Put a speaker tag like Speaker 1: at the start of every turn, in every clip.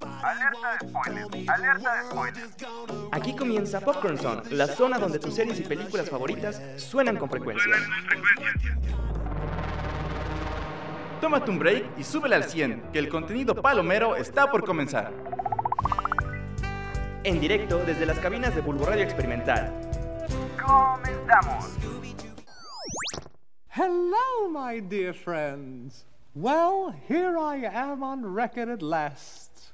Speaker 1: Alerta de spoiler, alerta de spoiler.
Speaker 2: Aquí comienza Popcorn Zone, la zona donde tus series y películas favoritas suenan con frecuencia.
Speaker 3: Tómate un break y súbele al 100, que el contenido palomero está por comenzar.
Speaker 2: En directo desde las cabinas de Bulbo Radio Experimental.
Speaker 1: Comenzamos.
Speaker 4: Hello, my dear friends. Well, here I am on record at last.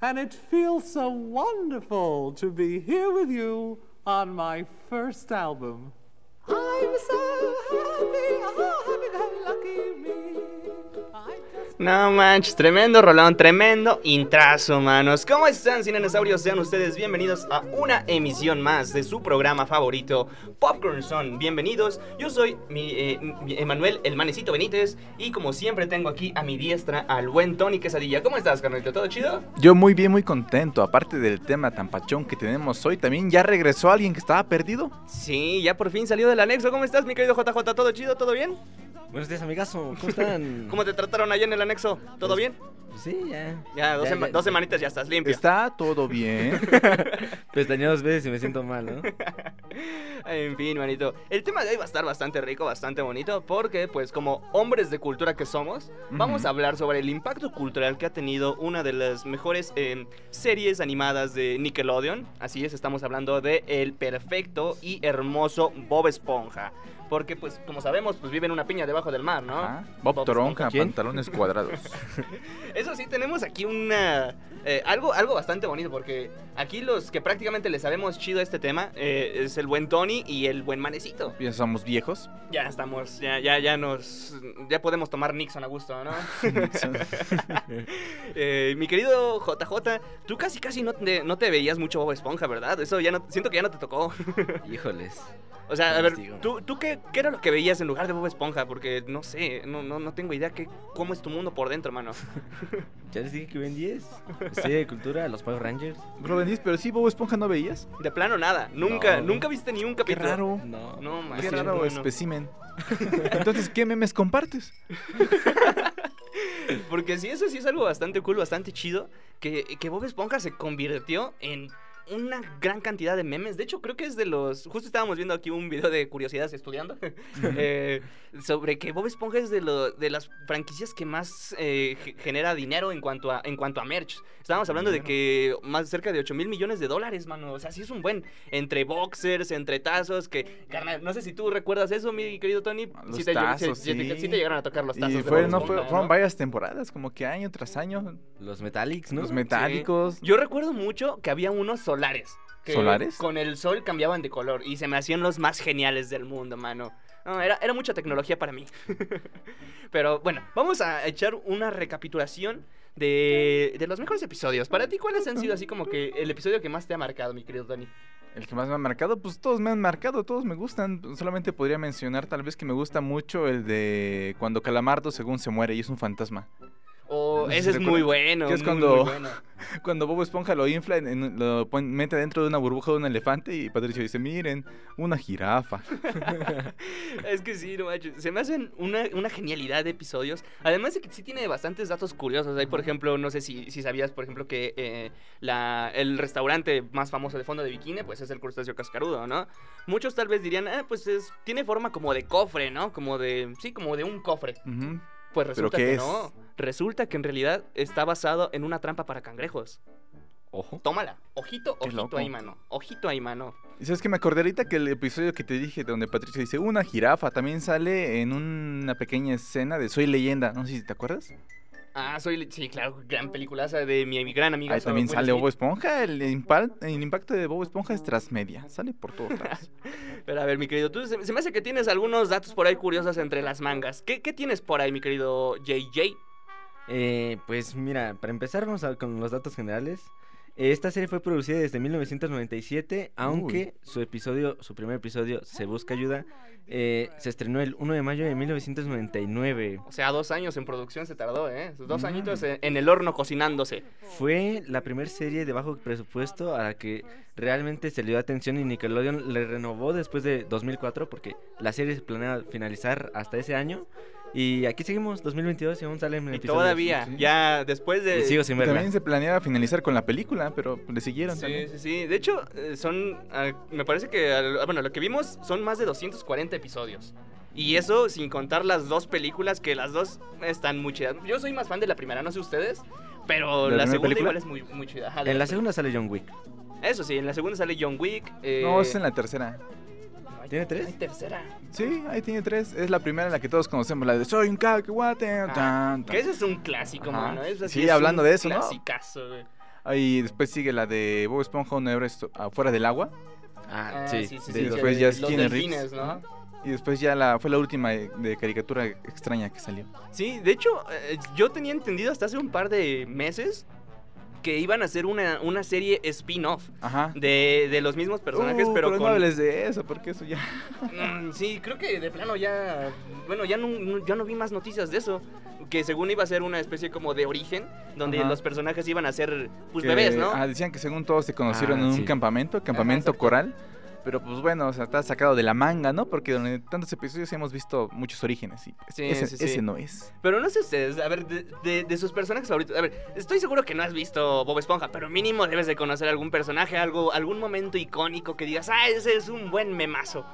Speaker 4: And it feels so wonderful to be here with you on my first album. I'm so happy, oh, happy, and lucky me. I just
Speaker 2: No manches, tremendo rolón, tremendo intrazo, manos. ¿Cómo están, cinenosaurios? Sean ustedes bienvenidos a una emisión más de su programa favorito, Popcorn Zone. Bienvenidos, yo soy mi, eh, mi- Emanuel, el manecito Benítez, y como siempre tengo aquí a mi diestra al buen Tony Quesadilla. ¿Cómo estás, carnalito? ¿Todo chido?
Speaker 3: Yo muy bien, muy contento. Aparte del tema tan pachón que tenemos hoy, también ya regresó alguien que estaba perdido.
Speaker 2: Sí, ya por fin salió del anexo. ¿Cómo estás, mi querido JJ? ¿Todo chido? ¿Todo bien?
Speaker 5: Buenos días, amigazo. ¿Cómo están?
Speaker 2: ¿Cómo te trataron allá en el anexo? ¿Todo bien?
Speaker 5: Sí, ya.
Speaker 2: Ya, dos, sema- dos semanitas ya estás limpio.
Speaker 3: Está todo bien.
Speaker 5: Pestañeo Pues dos veces y me siento mal, ¿no?
Speaker 2: En fin, manito. El tema de hoy va a estar bastante rico, bastante bonito, porque pues como hombres de cultura que somos, vamos a hablar sobre el impacto cultural que ha tenido una de las mejores eh, series animadas de Nickelodeon. Así es, estamos hablando de el perfecto y hermoso Bob Esponja. Porque pues como sabemos, pues viven una piña debajo del mar, ¿no?
Speaker 3: Ajá. Ah, Bob Tronca,
Speaker 2: Esponja.
Speaker 3: pantalones cuadrados.
Speaker 2: Eso sí, tenemos aquí una eh, algo, algo bastante bonito, porque aquí los que prácticamente le sabemos chido a este tema eh, es el buen Tony y el buen Manecito.
Speaker 3: Ya somos viejos.
Speaker 2: Ya estamos, ya, ya, ya nos. Ya podemos tomar Nixon a gusto, ¿no? Eh, mi querido JJ, tú casi casi no te, no te veías mucho Bob Esponja, ¿verdad? Eso ya no. Siento que ya no te tocó.
Speaker 5: Híjoles.
Speaker 2: O sea, a
Speaker 5: No
Speaker 2: ver,
Speaker 5: les digo.
Speaker 2: ¿tú, tú qué, qué era lo que veías en lugar de Bob Esponja? Porque no sé, no, no, no tengo idea qué, cómo es tu mundo por dentro, hermano.
Speaker 5: Ya les dije que ven 10. Serie de cultura, los Power Rangers.
Speaker 3: Lo venís, pero sí, Bob Esponja no veías.
Speaker 2: De plano, nada. Nunca,
Speaker 5: No.
Speaker 2: nunca viste ni un
Speaker 3: Qué
Speaker 2: capítulo.
Speaker 3: raro.
Speaker 5: No.
Speaker 2: No, man.
Speaker 3: Qué
Speaker 2: Sí,
Speaker 3: raro
Speaker 2: bueno.
Speaker 3: espécimen. Entonces, ¿qué memes compartes?
Speaker 2: Porque sí, eso sí es algo bastante cool, bastante chido, que, que Bob Esponja se convirtió en una gran cantidad de memes. De hecho, creo que es de los... Justo estábamos viendo aquí un video de curiosidades estudiando eh, sobre que Bob Esponja es de, lo- de las franquicias que más eh, ge- genera dinero en cuanto, a, en cuanto a merch. Estábamos hablando de que más cerca de 8 mil millones de dólares, mano. O sea, sí es un buen... Entre boxers, entre tazos, que... Carnal, no sé si tú recuerdas eso, mi querido Tony.
Speaker 3: Ah, Los
Speaker 2: si te,
Speaker 3: tazos,
Speaker 2: si- si te-
Speaker 3: sí.
Speaker 2: si te llegaron a tocar los tazos.
Speaker 3: Y
Speaker 2: de
Speaker 3: fue-
Speaker 2: Bob
Speaker 3: no
Speaker 2: Esponja,
Speaker 3: fue- fueron varias temporadas, como que año tras año.
Speaker 5: Los Metallics, ¿no?
Speaker 3: Los metálicos.
Speaker 2: Yo recuerdo mucho que había unos solares. Que
Speaker 3: ¿Solares?
Speaker 2: Con el sol cambiaban de color y se me hacían los más geniales del mundo, mano. No, era, era mucha tecnología para mí. Pero bueno, vamos a echar una recapitulación de, de los mejores episodios. Para ti, ¿cuáles han sido así como que el episodio que más te ha marcado, mi querido Tony?
Speaker 3: El que más me ha marcado, pues todos me han marcado, todos me gustan. Solamente podría mencionar tal vez que me gusta mucho el de cuando Calamardo según se muere y es un fantasma.
Speaker 2: O
Speaker 3: No sé Pues si
Speaker 2: ese es
Speaker 3: recuerdo-
Speaker 2: muy bueno.
Speaker 3: que es
Speaker 2: muy,
Speaker 3: cuando-
Speaker 2: muy bueno.
Speaker 3: Cuando Bob Esponja lo infla, en- en- lo pon- mete dentro de una burbuja de un elefante y Patricio dice, miren, una jirafa.
Speaker 2: Es que sí, no manches. Se me hacen una, una genialidad de episodios. Además de que sí tiene bastantes datos curiosos. Ahí, por ejemplo, no sé si, si sabías, por ejemplo, que eh, la- el restaurante más famoso de fondo de bikini, pues es el crustáceo cascarudo, ¿no? Muchos tal vez dirían, ah, pues es- tiene forma como de cofre, ¿no? Como de, sí, como de un cofre.
Speaker 3: Ujú.
Speaker 2: Pues
Speaker 3: ¿Pero
Speaker 2: resulta
Speaker 3: qué
Speaker 2: que
Speaker 3: es?
Speaker 2: no. Resulta que en realidad está basado en una trampa para cangrejos.
Speaker 5: Ojo.
Speaker 2: Tómala. Ojito,
Speaker 3: Qué
Speaker 2: ojito
Speaker 3: loco.
Speaker 2: ahí, mano. Ojito ahí, mano.
Speaker 3: Y sabes que me acordé ahorita que el episodio que te dije donde Patricio dice, una jirafa, también sale en una pequeña escena de Soy leyenda, no sé si te acuerdas.
Speaker 2: Ah, soy. le- Sí, claro, gran peliculaza de mi, mi gran amiga.
Speaker 3: Ahí también
Speaker 2: Will
Speaker 3: sale
Speaker 2: Smith.
Speaker 3: Bob Esponja, el, impal- el impacto de Bob Esponja es transmedia, sale por todos lados.
Speaker 2: Pero a ver, mi querido, tú se, se me hace que tienes algunos datos por ahí curiosos entre las mangas. ¿Qué, qué tienes por ahí, mi querido JJ?
Speaker 5: Eh, pues mira, para empezar vamos a- con los datos generales. Eh, Esta serie fue producida desde 1997, aunque su episodio, su primer episodio, Se Busca Ayuda, eh, se estrenó el 1 de mayo de 1999.
Speaker 2: O sea, dos años en producción se tardó, ¿eh? Dos
Speaker 3: Mm.
Speaker 2: añitos en, en el horno cocinándose.
Speaker 5: Fue la primera serie de bajo presupuesto a la que realmente se le dio atención y Nickelodeon le renovó después de 2004 porque la serie se planeaba finalizar hasta ese año Y aquí seguimos, 2022, y aún salen
Speaker 2: Y
Speaker 5: episodios.
Speaker 2: todavía,
Speaker 3: sí.
Speaker 2: ya después de...
Speaker 5: Y sigo sin verla.
Speaker 3: También se planeaba finalizar con la película, pero le siguieron
Speaker 2: Sí,
Speaker 3: también.
Speaker 2: sí, sí. De hecho, eh, son. ah, me parece que. al- ah, bueno, lo que vimos son más de 240 episodios. Y eso sin contar las dos películas, que las dos están muy chidas. Yo soy más fan de la primera, no sé ustedes. Pero
Speaker 3: ¿De
Speaker 2: la,
Speaker 3: la primera
Speaker 2: segunda
Speaker 3: película?
Speaker 2: igual es muy, muy chida. Ajá, de
Speaker 5: En la
Speaker 2: prim-
Speaker 5: segunda sale John Wick.
Speaker 2: Eso sí, en la segunda sale John Wick. eh,
Speaker 3: No, es en la tercera.
Speaker 2: ay,
Speaker 5: ¿Tiene
Speaker 2: ay,
Speaker 5: tres?
Speaker 2: tercera.
Speaker 3: Sí, ahí tiene tres. Es la primera en la que todos conocemos, la de Soy un cacahuate. tan, tan.
Speaker 2: Que ese Ah, es un clásico,
Speaker 3: Ajá.
Speaker 2: mano. Eso
Speaker 3: Sí, hablando de eso, ¿no?
Speaker 2: Clasicazo, güey.
Speaker 3: Ah, Y después sigue la de Bob Esponja, un héroe esto- afuera del agua.
Speaker 5: Ah,
Speaker 2: Ah,
Speaker 5: sí.
Speaker 3: sí,
Speaker 5: de
Speaker 3: sí.
Speaker 5: dos.
Speaker 3: después ya es
Speaker 2: los
Speaker 3: Keanu
Speaker 2: delfines,
Speaker 3: Reeves.
Speaker 2: ¿no?
Speaker 3: Ajá. Y después ya la, fue la última de, de caricatura extraña que salió.
Speaker 2: Sí, de hecho, eh, yo tenía entendido hasta hace un par de meses que iban a hacer una, una serie spin-off
Speaker 3: Ajá.
Speaker 2: de, de los mismos personajes,
Speaker 3: Uh,
Speaker 2: pero,
Speaker 3: no
Speaker 2: con...
Speaker 3: hables de eso, porque eso ya.
Speaker 2: Mm, sí, creo que de plano ya... Bueno, ya no, no- yo no vi más noticias de eso. Que según iba a ser una especie como de origen, donde
Speaker 3: Ajá.
Speaker 2: los personajes iban a ser, pues,
Speaker 3: que-
Speaker 2: bebés, ¿no?
Speaker 3: ah, decían que según todos se conocieron
Speaker 5: Ah,
Speaker 3: en un
Speaker 5: sí.
Speaker 3: campamento, campamento
Speaker 2: exacto.
Speaker 3: coral. Pero pues bueno, o sea, está sacado de la manga, ¿no? Porque durante tantos episodios hemos visto muchos orígenes. Y pues,
Speaker 2: Sí,
Speaker 3: ese,
Speaker 2: sí, sí.
Speaker 3: ese no es.
Speaker 2: Pero no sé ustedes, a ver, de, de- de sus personajes favoritos. A ver, estoy seguro que no has visto Bob Esponja, pero mínimo debes de conocer algún personaje, algo, algún momento icónico que digas, ah, ese es un buen memazo.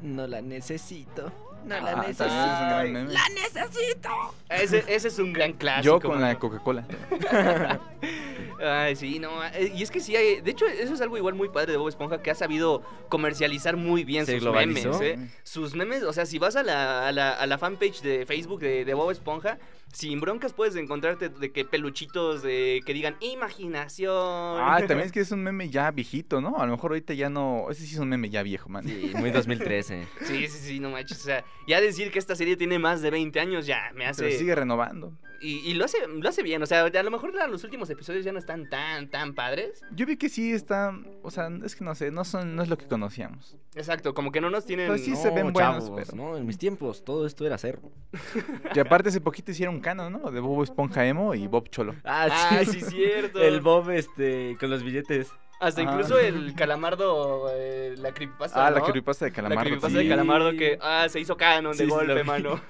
Speaker 5: No la necesito. No
Speaker 3: Ah,
Speaker 5: la
Speaker 3: tal vez
Speaker 5: necesito.
Speaker 3: es un gran meme.
Speaker 2: Ese, ese es un gran clásico.
Speaker 3: Yo con la
Speaker 2: mano.
Speaker 3: Coca-Cola.
Speaker 2: Ay, sí, no. eh, Y es que sí, hay, de hecho, eso es algo igual muy padre de Bob Esponja, que ha sabido comercializar muy bien
Speaker 5: Se
Speaker 2: sus
Speaker 5: globalizó.
Speaker 2: memes. ¿eh? Sus memes, o sea, si vas a la, a la, a la fanpage de Facebook de, de Bob Esponja, sin broncas puedes encontrarte de que peluchitos de, que digan imaginación.
Speaker 3: Ah, también es que es un meme ya viejito, ¿no? A lo mejor ahorita ya no. Ese sí es un meme ya viejo, man.
Speaker 5: Sí, muy 2013.
Speaker 2: Sí, sí, sí, no manches. O sea, ya decir que esta serie tiene más de 20 años ya me
Speaker 3: Pero
Speaker 2: hace.
Speaker 3: sigue renovando.
Speaker 2: Y, y lo, hace, lo hace bien. O sea, a lo mejor la- los últimos episodios ya no están tan, tan padres.
Speaker 3: Yo vi que sí está, o sea, es que no sé, no son, no es lo que conocíamos.
Speaker 2: Exacto, como que no nos tienen.
Speaker 3: Pues sí,
Speaker 2: no,
Speaker 3: se ven buenos,
Speaker 5: Oh, chavos,
Speaker 3: pero-
Speaker 5: No, en mis tiempos todo esto era cero.
Speaker 3: Y aparte hace poquito hicieron canon, ¿no? De Bob Esponja Emo y Bob Cholo.
Speaker 2: Ah, sí, cierto.
Speaker 5: El Bob, este, con los billetes.
Speaker 2: Hasta
Speaker 3: Ah.
Speaker 2: incluso el calamardo, eh, la creepypasta.
Speaker 3: Ah, la
Speaker 2: ¿no?
Speaker 3: creepypasta de
Speaker 2: La
Speaker 3: Calamardo.
Speaker 2: creepypasta
Speaker 3: sí.
Speaker 2: de Calamardo que ah, se hizo canon
Speaker 5: Sí,
Speaker 2: de
Speaker 5: sí, lo vi.
Speaker 2: golpe, mano.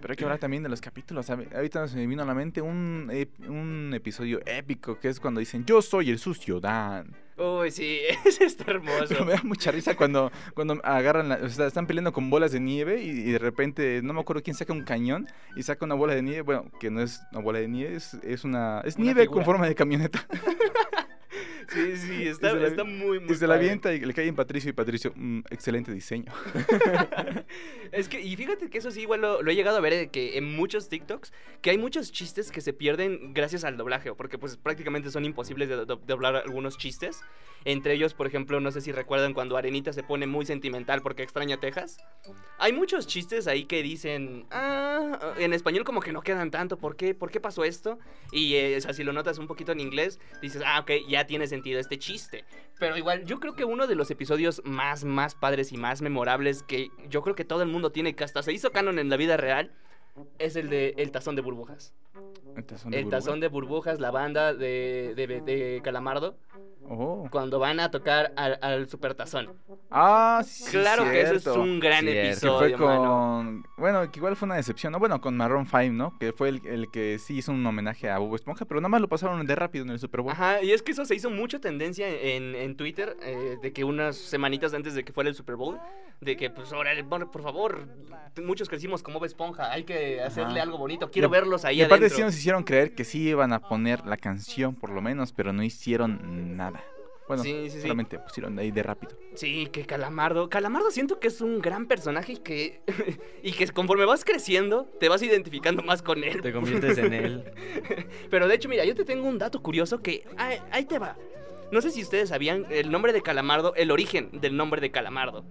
Speaker 3: Pero hay que hablar también de los capítulos. A mí- Ahorita se me vino a la mente un, ep- un episodio épico que es cuando dicen yo soy el sucio Dan.
Speaker 2: Uy, sí, ese está hermoso.
Speaker 3: Pero me da mucha risa cuando, cuando agarran, la- o sea, están peleando con bolas de nieve y, y de repente, no me acuerdo quién saca un cañón y saca una bola de nieve. Bueno, que no es una bola de nieve, es, es una, es
Speaker 2: Una
Speaker 3: nieve con
Speaker 2: figura.
Speaker 3: forma de camioneta.
Speaker 2: Sí, sí, está,
Speaker 3: Y se la-
Speaker 2: está muy, muy
Speaker 3: Y se la
Speaker 2: padre.
Speaker 3: avienta y le cae en Patricio y Patricio, "Mm, excelente diseño.
Speaker 2: Es que, y fíjate que eso sí, igual lo, lo he llegado a ver eh, que en muchos TikToks, que hay muchos chistes que se pierden gracias al doblaje, o porque pues prácticamente son imposibles de do- do- doblar algunos chistes. Entre ellos, por ejemplo, no sé si recuerdan cuando Arenita se pone muy sentimental porque extraña Texas. Hay muchos chistes ahí que dicen, ah, en español como que no quedan tanto, ¿por qué? ¿Por qué pasó esto? Y eh, o sea, si lo notas un poquito en inglés, dices, ah, ok, ya tiene sentido este chiste. Pero igual, yo creo que uno de los episodios más, más padres y más memorables que yo creo que todo el mundo tiene, que hasta se hizo canon en la vida real, es el de El Tazón de Burbujas.
Speaker 3: El tazón
Speaker 2: El Tazón de Burbujas, la banda de, de, de Calamardo,
Speaker 3: Oh.
Speaker 2: cuando van a tocar al, al Super Tazón.
Speaker 3: Ah, sí.
Speaker 2: Claro que ese es
Speaker 3: cierto.
Speaker 2: un gran
Speaker 5: Cierto. Que
Speaker 3: Que
Speaker 2: episodio,
Speaker 3: fue
Speaker 2: mano.
Speaker 3: con. Bueno, que igual fue una decepción, ¿no? Bueno, con Marron 5, ¿no? Que fue el, el que sí hizo un homenaje a Bob Esponja, pero nada más lo pasaron de rápido en el Super Bowl.
Speaker 2: Ajá, y es que eso se hizo mucha tendencia en, en Twitter, eh, de que unas semanitas antes de que fuera el Super Bowl, de que, pues, órale, bueno, por favor, muchos crecimos como Bob Esponja, hay que hacerle algo bonito, quiero
Speaker 3: Y a-
Speaker 2: verlos ahí
Speaker 3: y aparte
Speaker 2: adentro.
Speaker 3: sí nos hicieron creer que sí iban a poner la canción, por lo menos, pero no hicieron nada. Bueno,
Speaker 2: Sí, sí, sí.
Speaker 3: solamente pusieron ahí de rápido.
Speaker 2: Sí, que Calamardo. Calamardo siento que es un gran personaje y que, y que conforme vas creciendo, te vas identificando más con él.
Speaker 5: Te conviertes en él.
Speaker 2: Pero de hecho, mira, yo te tengo un dato curioso que ahí, ahí te va. No sé si ustedes sabían el nombre de Calamardo, el origen del nombre de Calamardo.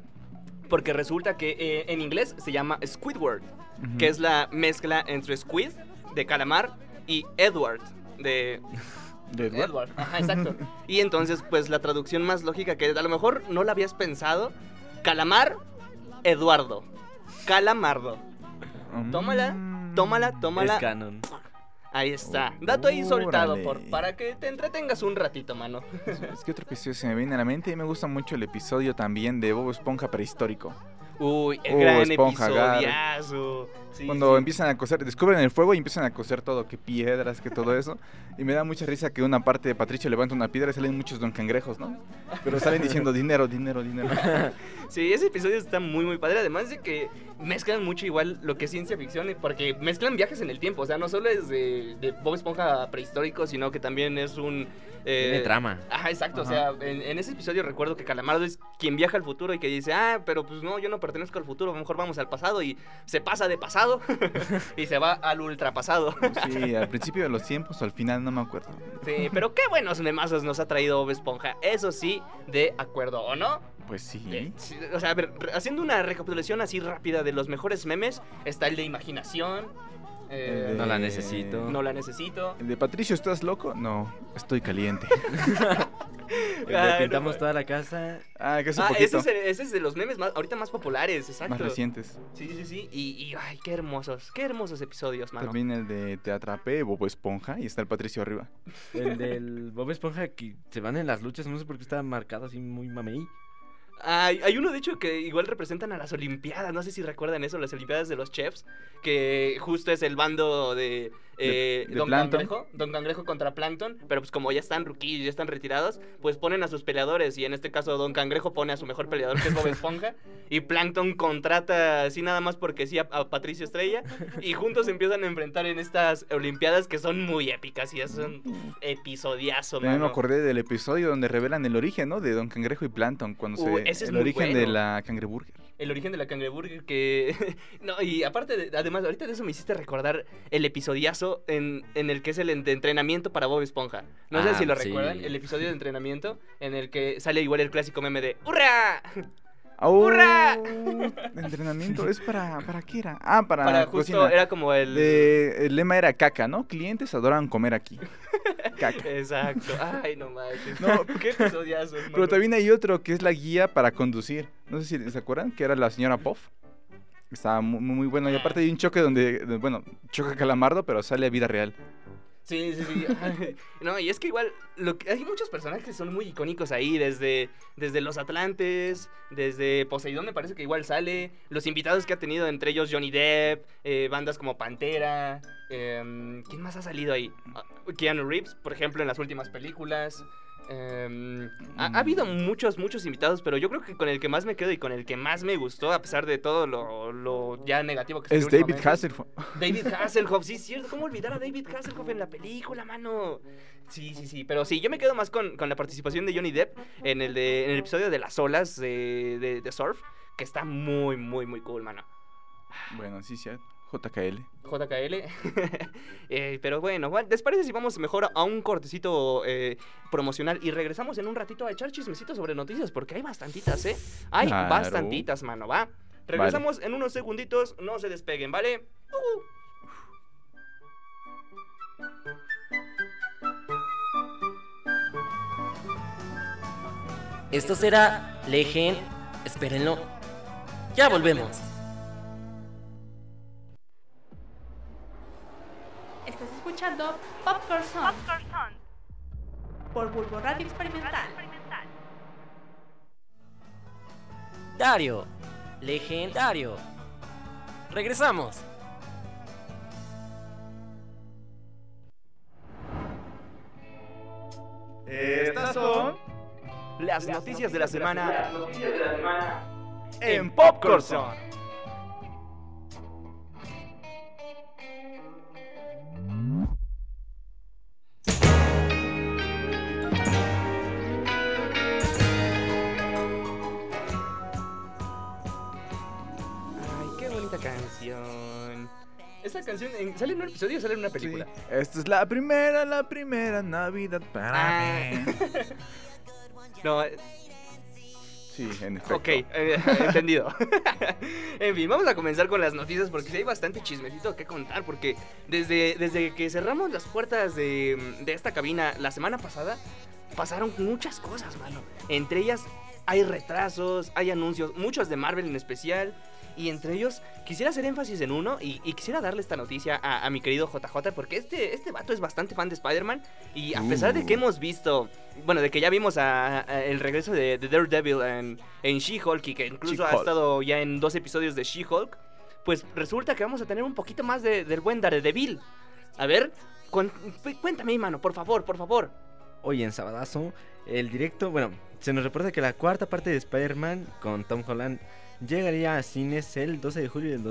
Speaker 2: Porque resulta que eh, en inglés se llama Squidward,
Speaker 3: Ujú.
Speaker 2: que es la mezcla entre Squid de calamar y Edward de
Speaker 3: ¿De Edward?
Speaker 2: Edward, ajá, exacto. Y entonces, pues la traducción más lógica que a lo mejor no la habías pensado, calamar, Eduardo, calamardo.
Speaker 3: Mm.
Speaker 2: Tómala, Tómala,
Speaker 5: es
Speaker 2: tómala.
Speaker 5: canon.
Speaker 2: Ahí está. Dato ahí soltado por
Speaker 3: Órale.
Speaker 2: para que te entretengas un ratito, mano.
Speaker 3: Es que otro episodio se me viene a la mente y me gusta mucho el episodio también de Bob Esponja prehistórico.
Speaker 2: Uy, el
Speaker 3: Uh,
Speaker 2: gran
Speaker 3: Esponja, Gar.
Speaker 2: episodiazo. Sí,
Speaker 3: Cuando
Speaker 2: sí.
Speaker 3: empiezan a coser, descubren el fuego y empiezan a coser todo, que piedras, que todo eso. Y me da mucha risa que una parte de Patricio levanta una piedra y salen muchos don cangrejos, ¿no? Pero salen diciendo dinero, dinero, dinero.
Speaker 2: Sí, ese episodio está muy, muy padre. Además de que mezclan mucho igual lo que es ciencia ficción, porque mezclan viajes en el tiempo. O sea, no solo es de, de Bob Esponja prehistórico, sino que también es un. eh,
Speaker 5: Tiene trama.
Speaker 2: Ajá, exacto. O sea, en, en ese episodio recuerdo que Calamardo es quien viaja al futuro y que dice, ah, pero pues no, yo no pertenezco al futuro, mejor vamos al pasado. Y se pasa de pasado y se va al ultrapasado.
Speaker 3: Sí, al principio de los tiempos, al final no me acuerdo.
Speaker 2: sí, pero qué buenos memazos nos ha traído Bob Esponja. Eso sí, de acuerdo, ¿o no?
Speaker 3: Pues sí.
Speaker 2: Eh, sí, O sea, a ver, re- haciendo una recapitulación así rápida de los mejores memes, está el de imaginación. eh,
Speaker 5: No
Speaker 3: El
Speaker 5: la
Speaker 3: de-
Speaker 5: necesito.
Speaker 2: No la necesito.
Speaker 3: ¿El de Patricio estás loco? No, estoy caliente.
Speaker 5: Le
Speaker 2: Ay,
Speaker 5: pintamos
Speaker 2: no.
Speaker 5: toda la casa.
Speaker 3: Ah, que hace
Speaker 2: Ah, ese
Speaker 3: poquito.
Speaker 2: es, el- ese es de los memes más, ahorita más populares, exacto.
Speaker 3: Más recientes.
Speaker 2: Sí, sí, sí. Y, y, ay, qué hermosos, qué hermosos episodios, mano.
Speaker 3: También el de Te atrapé, Bobo Esponja, y está el Patricio arriba.
Speaker 5: El del Bob Esponja que se van en las luchas. No sé por qué está marcado así muy mamey.
Speaker 2: Ay, hay uno, de hecho, que igual representan a las Olimpiadas. No sé si recuerdan eso, las Olimpiadas de los Chefs. Que justo es el bando de, eh,
Speaker 3: de
Speaker 2: Don
Speaker 3: Plankton.
Speaker 2: Cangrejo. Don Cangrejo contra Plankton. Pero pues como ya están ruquillos, ya están retirados, pues ponen a sus peleadores. Y en este caso, Don Cangrejo pone a su mejor peleador, que es Bob Esponja. y Plankton contrata, así nada más porque sí, a, a Patricio Estrella. Y juntos se empiezan a enfrentar en estas Olimpiadas que son muy épicas. Y es un episodiazo,
Speaker 3: También Mm. me
Speaker 2: mano.
Speaker 3: acordé del episodio donde revelan el origen, ¿no? De Don Cangrejo y Planton, cuando
Speaker 2: Uh,
Speaker 3: se...
Speaker 2: ese es
Speaker 3: el
Speaker 2: muy
Speaker 3: origen de
Speaker 2: bueno.
Speaker 3: la cangreburger.
Speaker 2: El origen de la cangreburger que... no, y aparte, de- además, ahorita de eso me hiciste recordar el episodiazo en, en el que es el en- de entrenamiento para Bob Esponja. No sé
Speaker 5: Ah,
Speaker 2: si lo
Speaker 5: sí.
Speaker 2: recuerdan, el episodio de entrenamiento en el que sale igual el clásico meme de ¡Hurra!
Speaker 3: ¡Au!
Speaker 2: ¡Hurra!
Speaker 3: Oh, Entrenamiento, ¿es para, para qué era? Ah, para,
Speaker 2: para
Speaker 3: cocina.
Speaker 2: justo, era como el...
Speaker 3: De- el lema era caca, ¿no? Clientes adoran comer aquí. Caca.
Speaker 2: Exacto. Ay, no manches.
Speaker 3: No.
Speaker 2: qué episodiazo. hermano.
Speaker 3: Pero también hay otro que es la guía para conducir. No sé si se acuerdan, que era la señora Puff. Estaba mu- muy, bueno. Y aparte hay un choque donde, de- bueno, choca Calamardo, pero sale a vida real.
Speaker 2: Sí, sí, sí. Ay, No, y es que igual lo que- hay muchos personajes que son muy icónicos ahí, desde, desde los Atlantes, desde Poseidón me parece que igual sale, los invitados que ha tenido, entre ellos Johnny Depp, eh, bandas como Pantera, em, ¿quién más ha salido ahí? Ah, Keanu Reeves, por ejemplo, en las últimas películas. em, ha, ha habido
Speaker 3: Mm.
Speaker 2: muchos, muchos invitados, pero yo creo que con el que más me quedo y con el que más me gustó, a pesar de todo lo, lo ya negativo que se
Speaker 3: Es
Speaker 2: dio
Speaker 3: David
Speaker 2: últimamente,
Speaker 3: Hasselhoff.
Speaker 2: David Hasselhoff, sí, es cierto. ¿Cómo olvidar a David Hasselhoff en la película, mano? Sí, sí, sí. Pero sí, yo me quedo más con, con la participación de Johnny Depp en el, de- en el episodio de las olas de, de- de surf, que está muy, muy, muy cool, mano.
Speaker 3: Bueno, sí, sí. JKL.
Speaker 2: JKL. Eh, pero bueno, bueno, ¿les parece si vamos mejor a un cortecito eh, promocional y regresamos en un ratito a echar chismecitos sobre noticias? Porque hay bastantitas, ¿eh? Hay
Speaker 3: Claro.
Speaker 2: bastantitas, mano, ¿va? Regresamos en unos segunditos, no se despeguen, ¿vale? Ujú.
Speaker 6: Esto será Legend. Espérenlo. Ya volvemos.
Speaker 7: Estás escuchando Popcorn Song por Bulbo Radio Experimental.
Speaker 6: Dario. Legendario. Regresamos.
Speaker 3: Estas son
Speaker 2: Las, noticias de la semana
Speaker 3: en Popcorn
Speaker 2: Ay, qué bonita canción. Esa canción en- sale en un episodio o sale en una película.
Speaker 3: Esta es la primera, la primera Navidad
Speaker 2: Ah.
Speaker 3: para mí.
Speaker 2: No, eh,
Speaker 3: Sí, en efecto.
Speaker 2: ok, eh, entendido. en fin, vamos a comenzar con las noticias porque sí hay bastante chismecito que contar. Porque desde, desde que cerramos las puertas de, de esta cabina la semana pasada, pasaron muchas cosas, mano. Entre ellas hay retrasos, hay anuncios, muchos de Marvel en especial. Y entre ellos, quisiera hacer énfasis en uno y, y quisiera darle esta noticia a, a mi querido JJ, porque este, este vato es bastante fan de Spider-Man. Y a pesar de que hemos visto, bueno, de que ya vimos a- a- el regreso de, de Daredevil en, en She-Hulk y que incluso ha
Speaker 3: She-Hulk.
Speaker 2: estado ya en dos episodios de She-Hulk, pues resulta que vamos a tener un poquito más de- del buen Daredevil. A ver, cuen- cuéntame, mano, por favor, por favor.
Speaker 5: Hoy en Sabadazo, el directo, bueno, se nos reporta que la cuarta parte de Spider-Man con Tom Holland llegaría a cines el 12 de julio del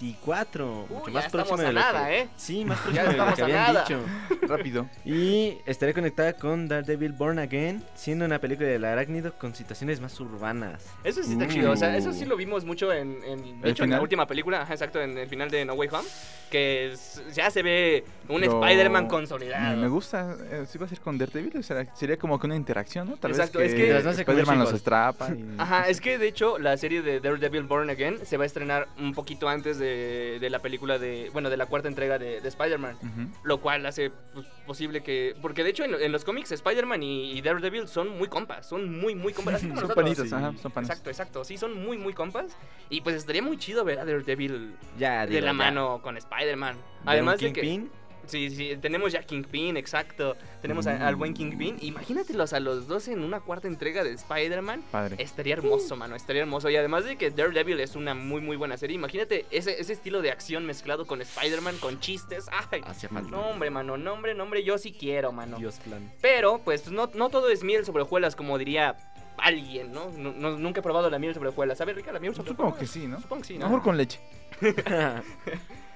Speaker 5: 2024.
Speaker 2: Uy,
Speaker 5: mucho
Speaker 2: ya
Speaker 5: más
Speaker 2: estamos
Speaker 5: próximo
Speaker 2: a
Speaker 5: de lo
Speaker 2: nada,
Speaker 5: que-
Speaker 2: ¿eh?
Speaker 5: Sí, más
Speaker 2: Ya
Speaker 5: próximo de lo
Speaker 2: estamos
Speaker 5: que
Speaker 2: a
Speaker 5: habían
Speaker 2: nada.
Speaker 5: dicho.
Speaker 3: Rápido.
Speaker 5: Y estaré conectada con Daredevil Born Again, siendo una película del arácnido con situaciones más urbanas.
Speaker 2: Eso sí está
Speaker 3: Mm.
Speaker 2: chido, o sea, eso sí lo vimos mucho en, en, de
Speaker 3: ¿El
Speaker 2: hecho, en la
Speaker 3: final?
Speaker 2: última película, ajá, exacto, en el final de No Way Home, que es- ya se ve un
Speaker 3: Lo-
Speaker 2: Spider-Man
Speaker 3: Me,
Speaker 2: consolidado.
Speaker 3: me gusta. eh, si va a ser con Daredevil, o sea, sería como que una interacción, ¿no? Tal
Speaker 2: Exacto, es
Speaker 3: vez
Speaker 2: que- Ah.
Speaker 3: que,
Speaker 2: Mientras
Speaker 5: no se come
Speaker 3: Spider-Man los
Speaker 5: She-Hulk.
Speaker 3: atrapa. y-
Speaker 2: Ajá, es que de hecho la serie de Daredevil Born Again se va a estrenar un poquito antes de, de la película de, bueno, de la cuarta entrega de, de Spider-Man,
Speaker 3: Ujú.
Speaker 2: lo cual hace pues, posible que, porque de hecho en, en los cómics Spider-Man y, y Daredevil son muy compas, son muy, muy compas. así como
Speaker 3: Son
Speaker 2: nosotros.
Speaker 3: panitas, ajá, son panas.
Speaker 2: Exacto, exacto, sí, son muy, muy compas y pues estaría muy chido ver a Daredevil
Speaker 5: Ya,
Speaker 2: de
Speaker 5: Ah, digo,
Speaker 2: la
Speaker 5: ya.
Speaker 2: mano con Spider-Man.
Speaker 5: Ver un
Speaker 2: Además de que
Speaker 5: Kingpin,
Speaker 2: sí, sí, tenemos ya Kingpin, exacto. Tenemos a- al buen Kingpin. Imagínatelos a los dos en una cuarta entrega de Spider-Man.
Speaker 3: Padre.
Speaker 2: Estaría hermoso, mano, estaría hermoso. Y además de que Daredevil es una muy muy buena serie. Imagínate ese, ese estilo de acción mezclado con Spider-Man con chistes. Ay,
Speaker 5: hace falta.
Speaker 2: no hombre, mano, no hombre, no hombre, yo sí quiero, mano.
Speaker 5: Dios plan.
Speaker 2: Pero pues no, no todo es miel sobre hojuelas como diría alguien, ¿no? No- no- nunca he probado la miel sobre hojuelas. ¿Sabe rica la miel sobre
Speaker 3: Supongo que
Speaker 2: hojuelas?
Speaker 3: sí, ¿no?
Speaker 2: Supongo que sí, ¿no?
Speaker 3: Mejor con leche.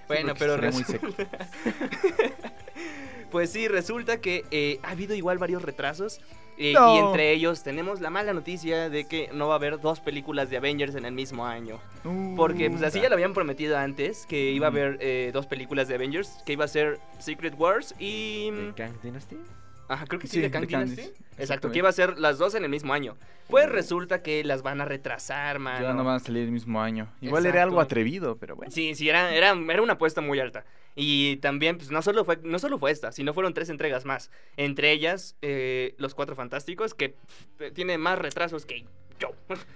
Speaker 2: Bueno,
Speaker 3: porque
Speaker 2: pero
Speaker 3: sería muy
Speaker 2: resulta... pues sí, resulta que eh, ha habido igual varios retrasos. eh,
Speaker 3: No.
Speaker 2: Y entre ellos tenemos la mala noticia de que no va a haber dos películas de Avengers en el mismo año. Porque pues así ya lo habían prometido antes, que iba a haber eh, dos películas de Avengers, que iba a ser Secret Wars y... mm,
Speaker 5: ¿De Kang Dynasty?
Speaker 2: Ajá, creo que sí,
Speaker 3: Sí,
Speaker 2: de
Speaker 3: de
Speaker 2: Kang
Speaker 3: Kang
Speaker 2: Dynasty.
Speaker 3: Dynasty,
Speaker 2: Exacto,
Speaker 3: exactamente.
Speaker 2: que iba a ser las dos en el mismo año. Pues resulta que las van a retrasar, mano.
Speaker 3: Ya no van a salir el mismo año. Igual era algo
Speaker 2: Exacto.
Speaker 3: atrevido, pero bueno.
Speaker 2: Sí, sí, era, era, era una apuesta muy alta. Y también, pues no solo fue, no solo fue esta, sino fueron tres entregas más. Entre ellas, eh, Los Cuatro Fantásticos, que pff, eh, tiene más retrasos que yo.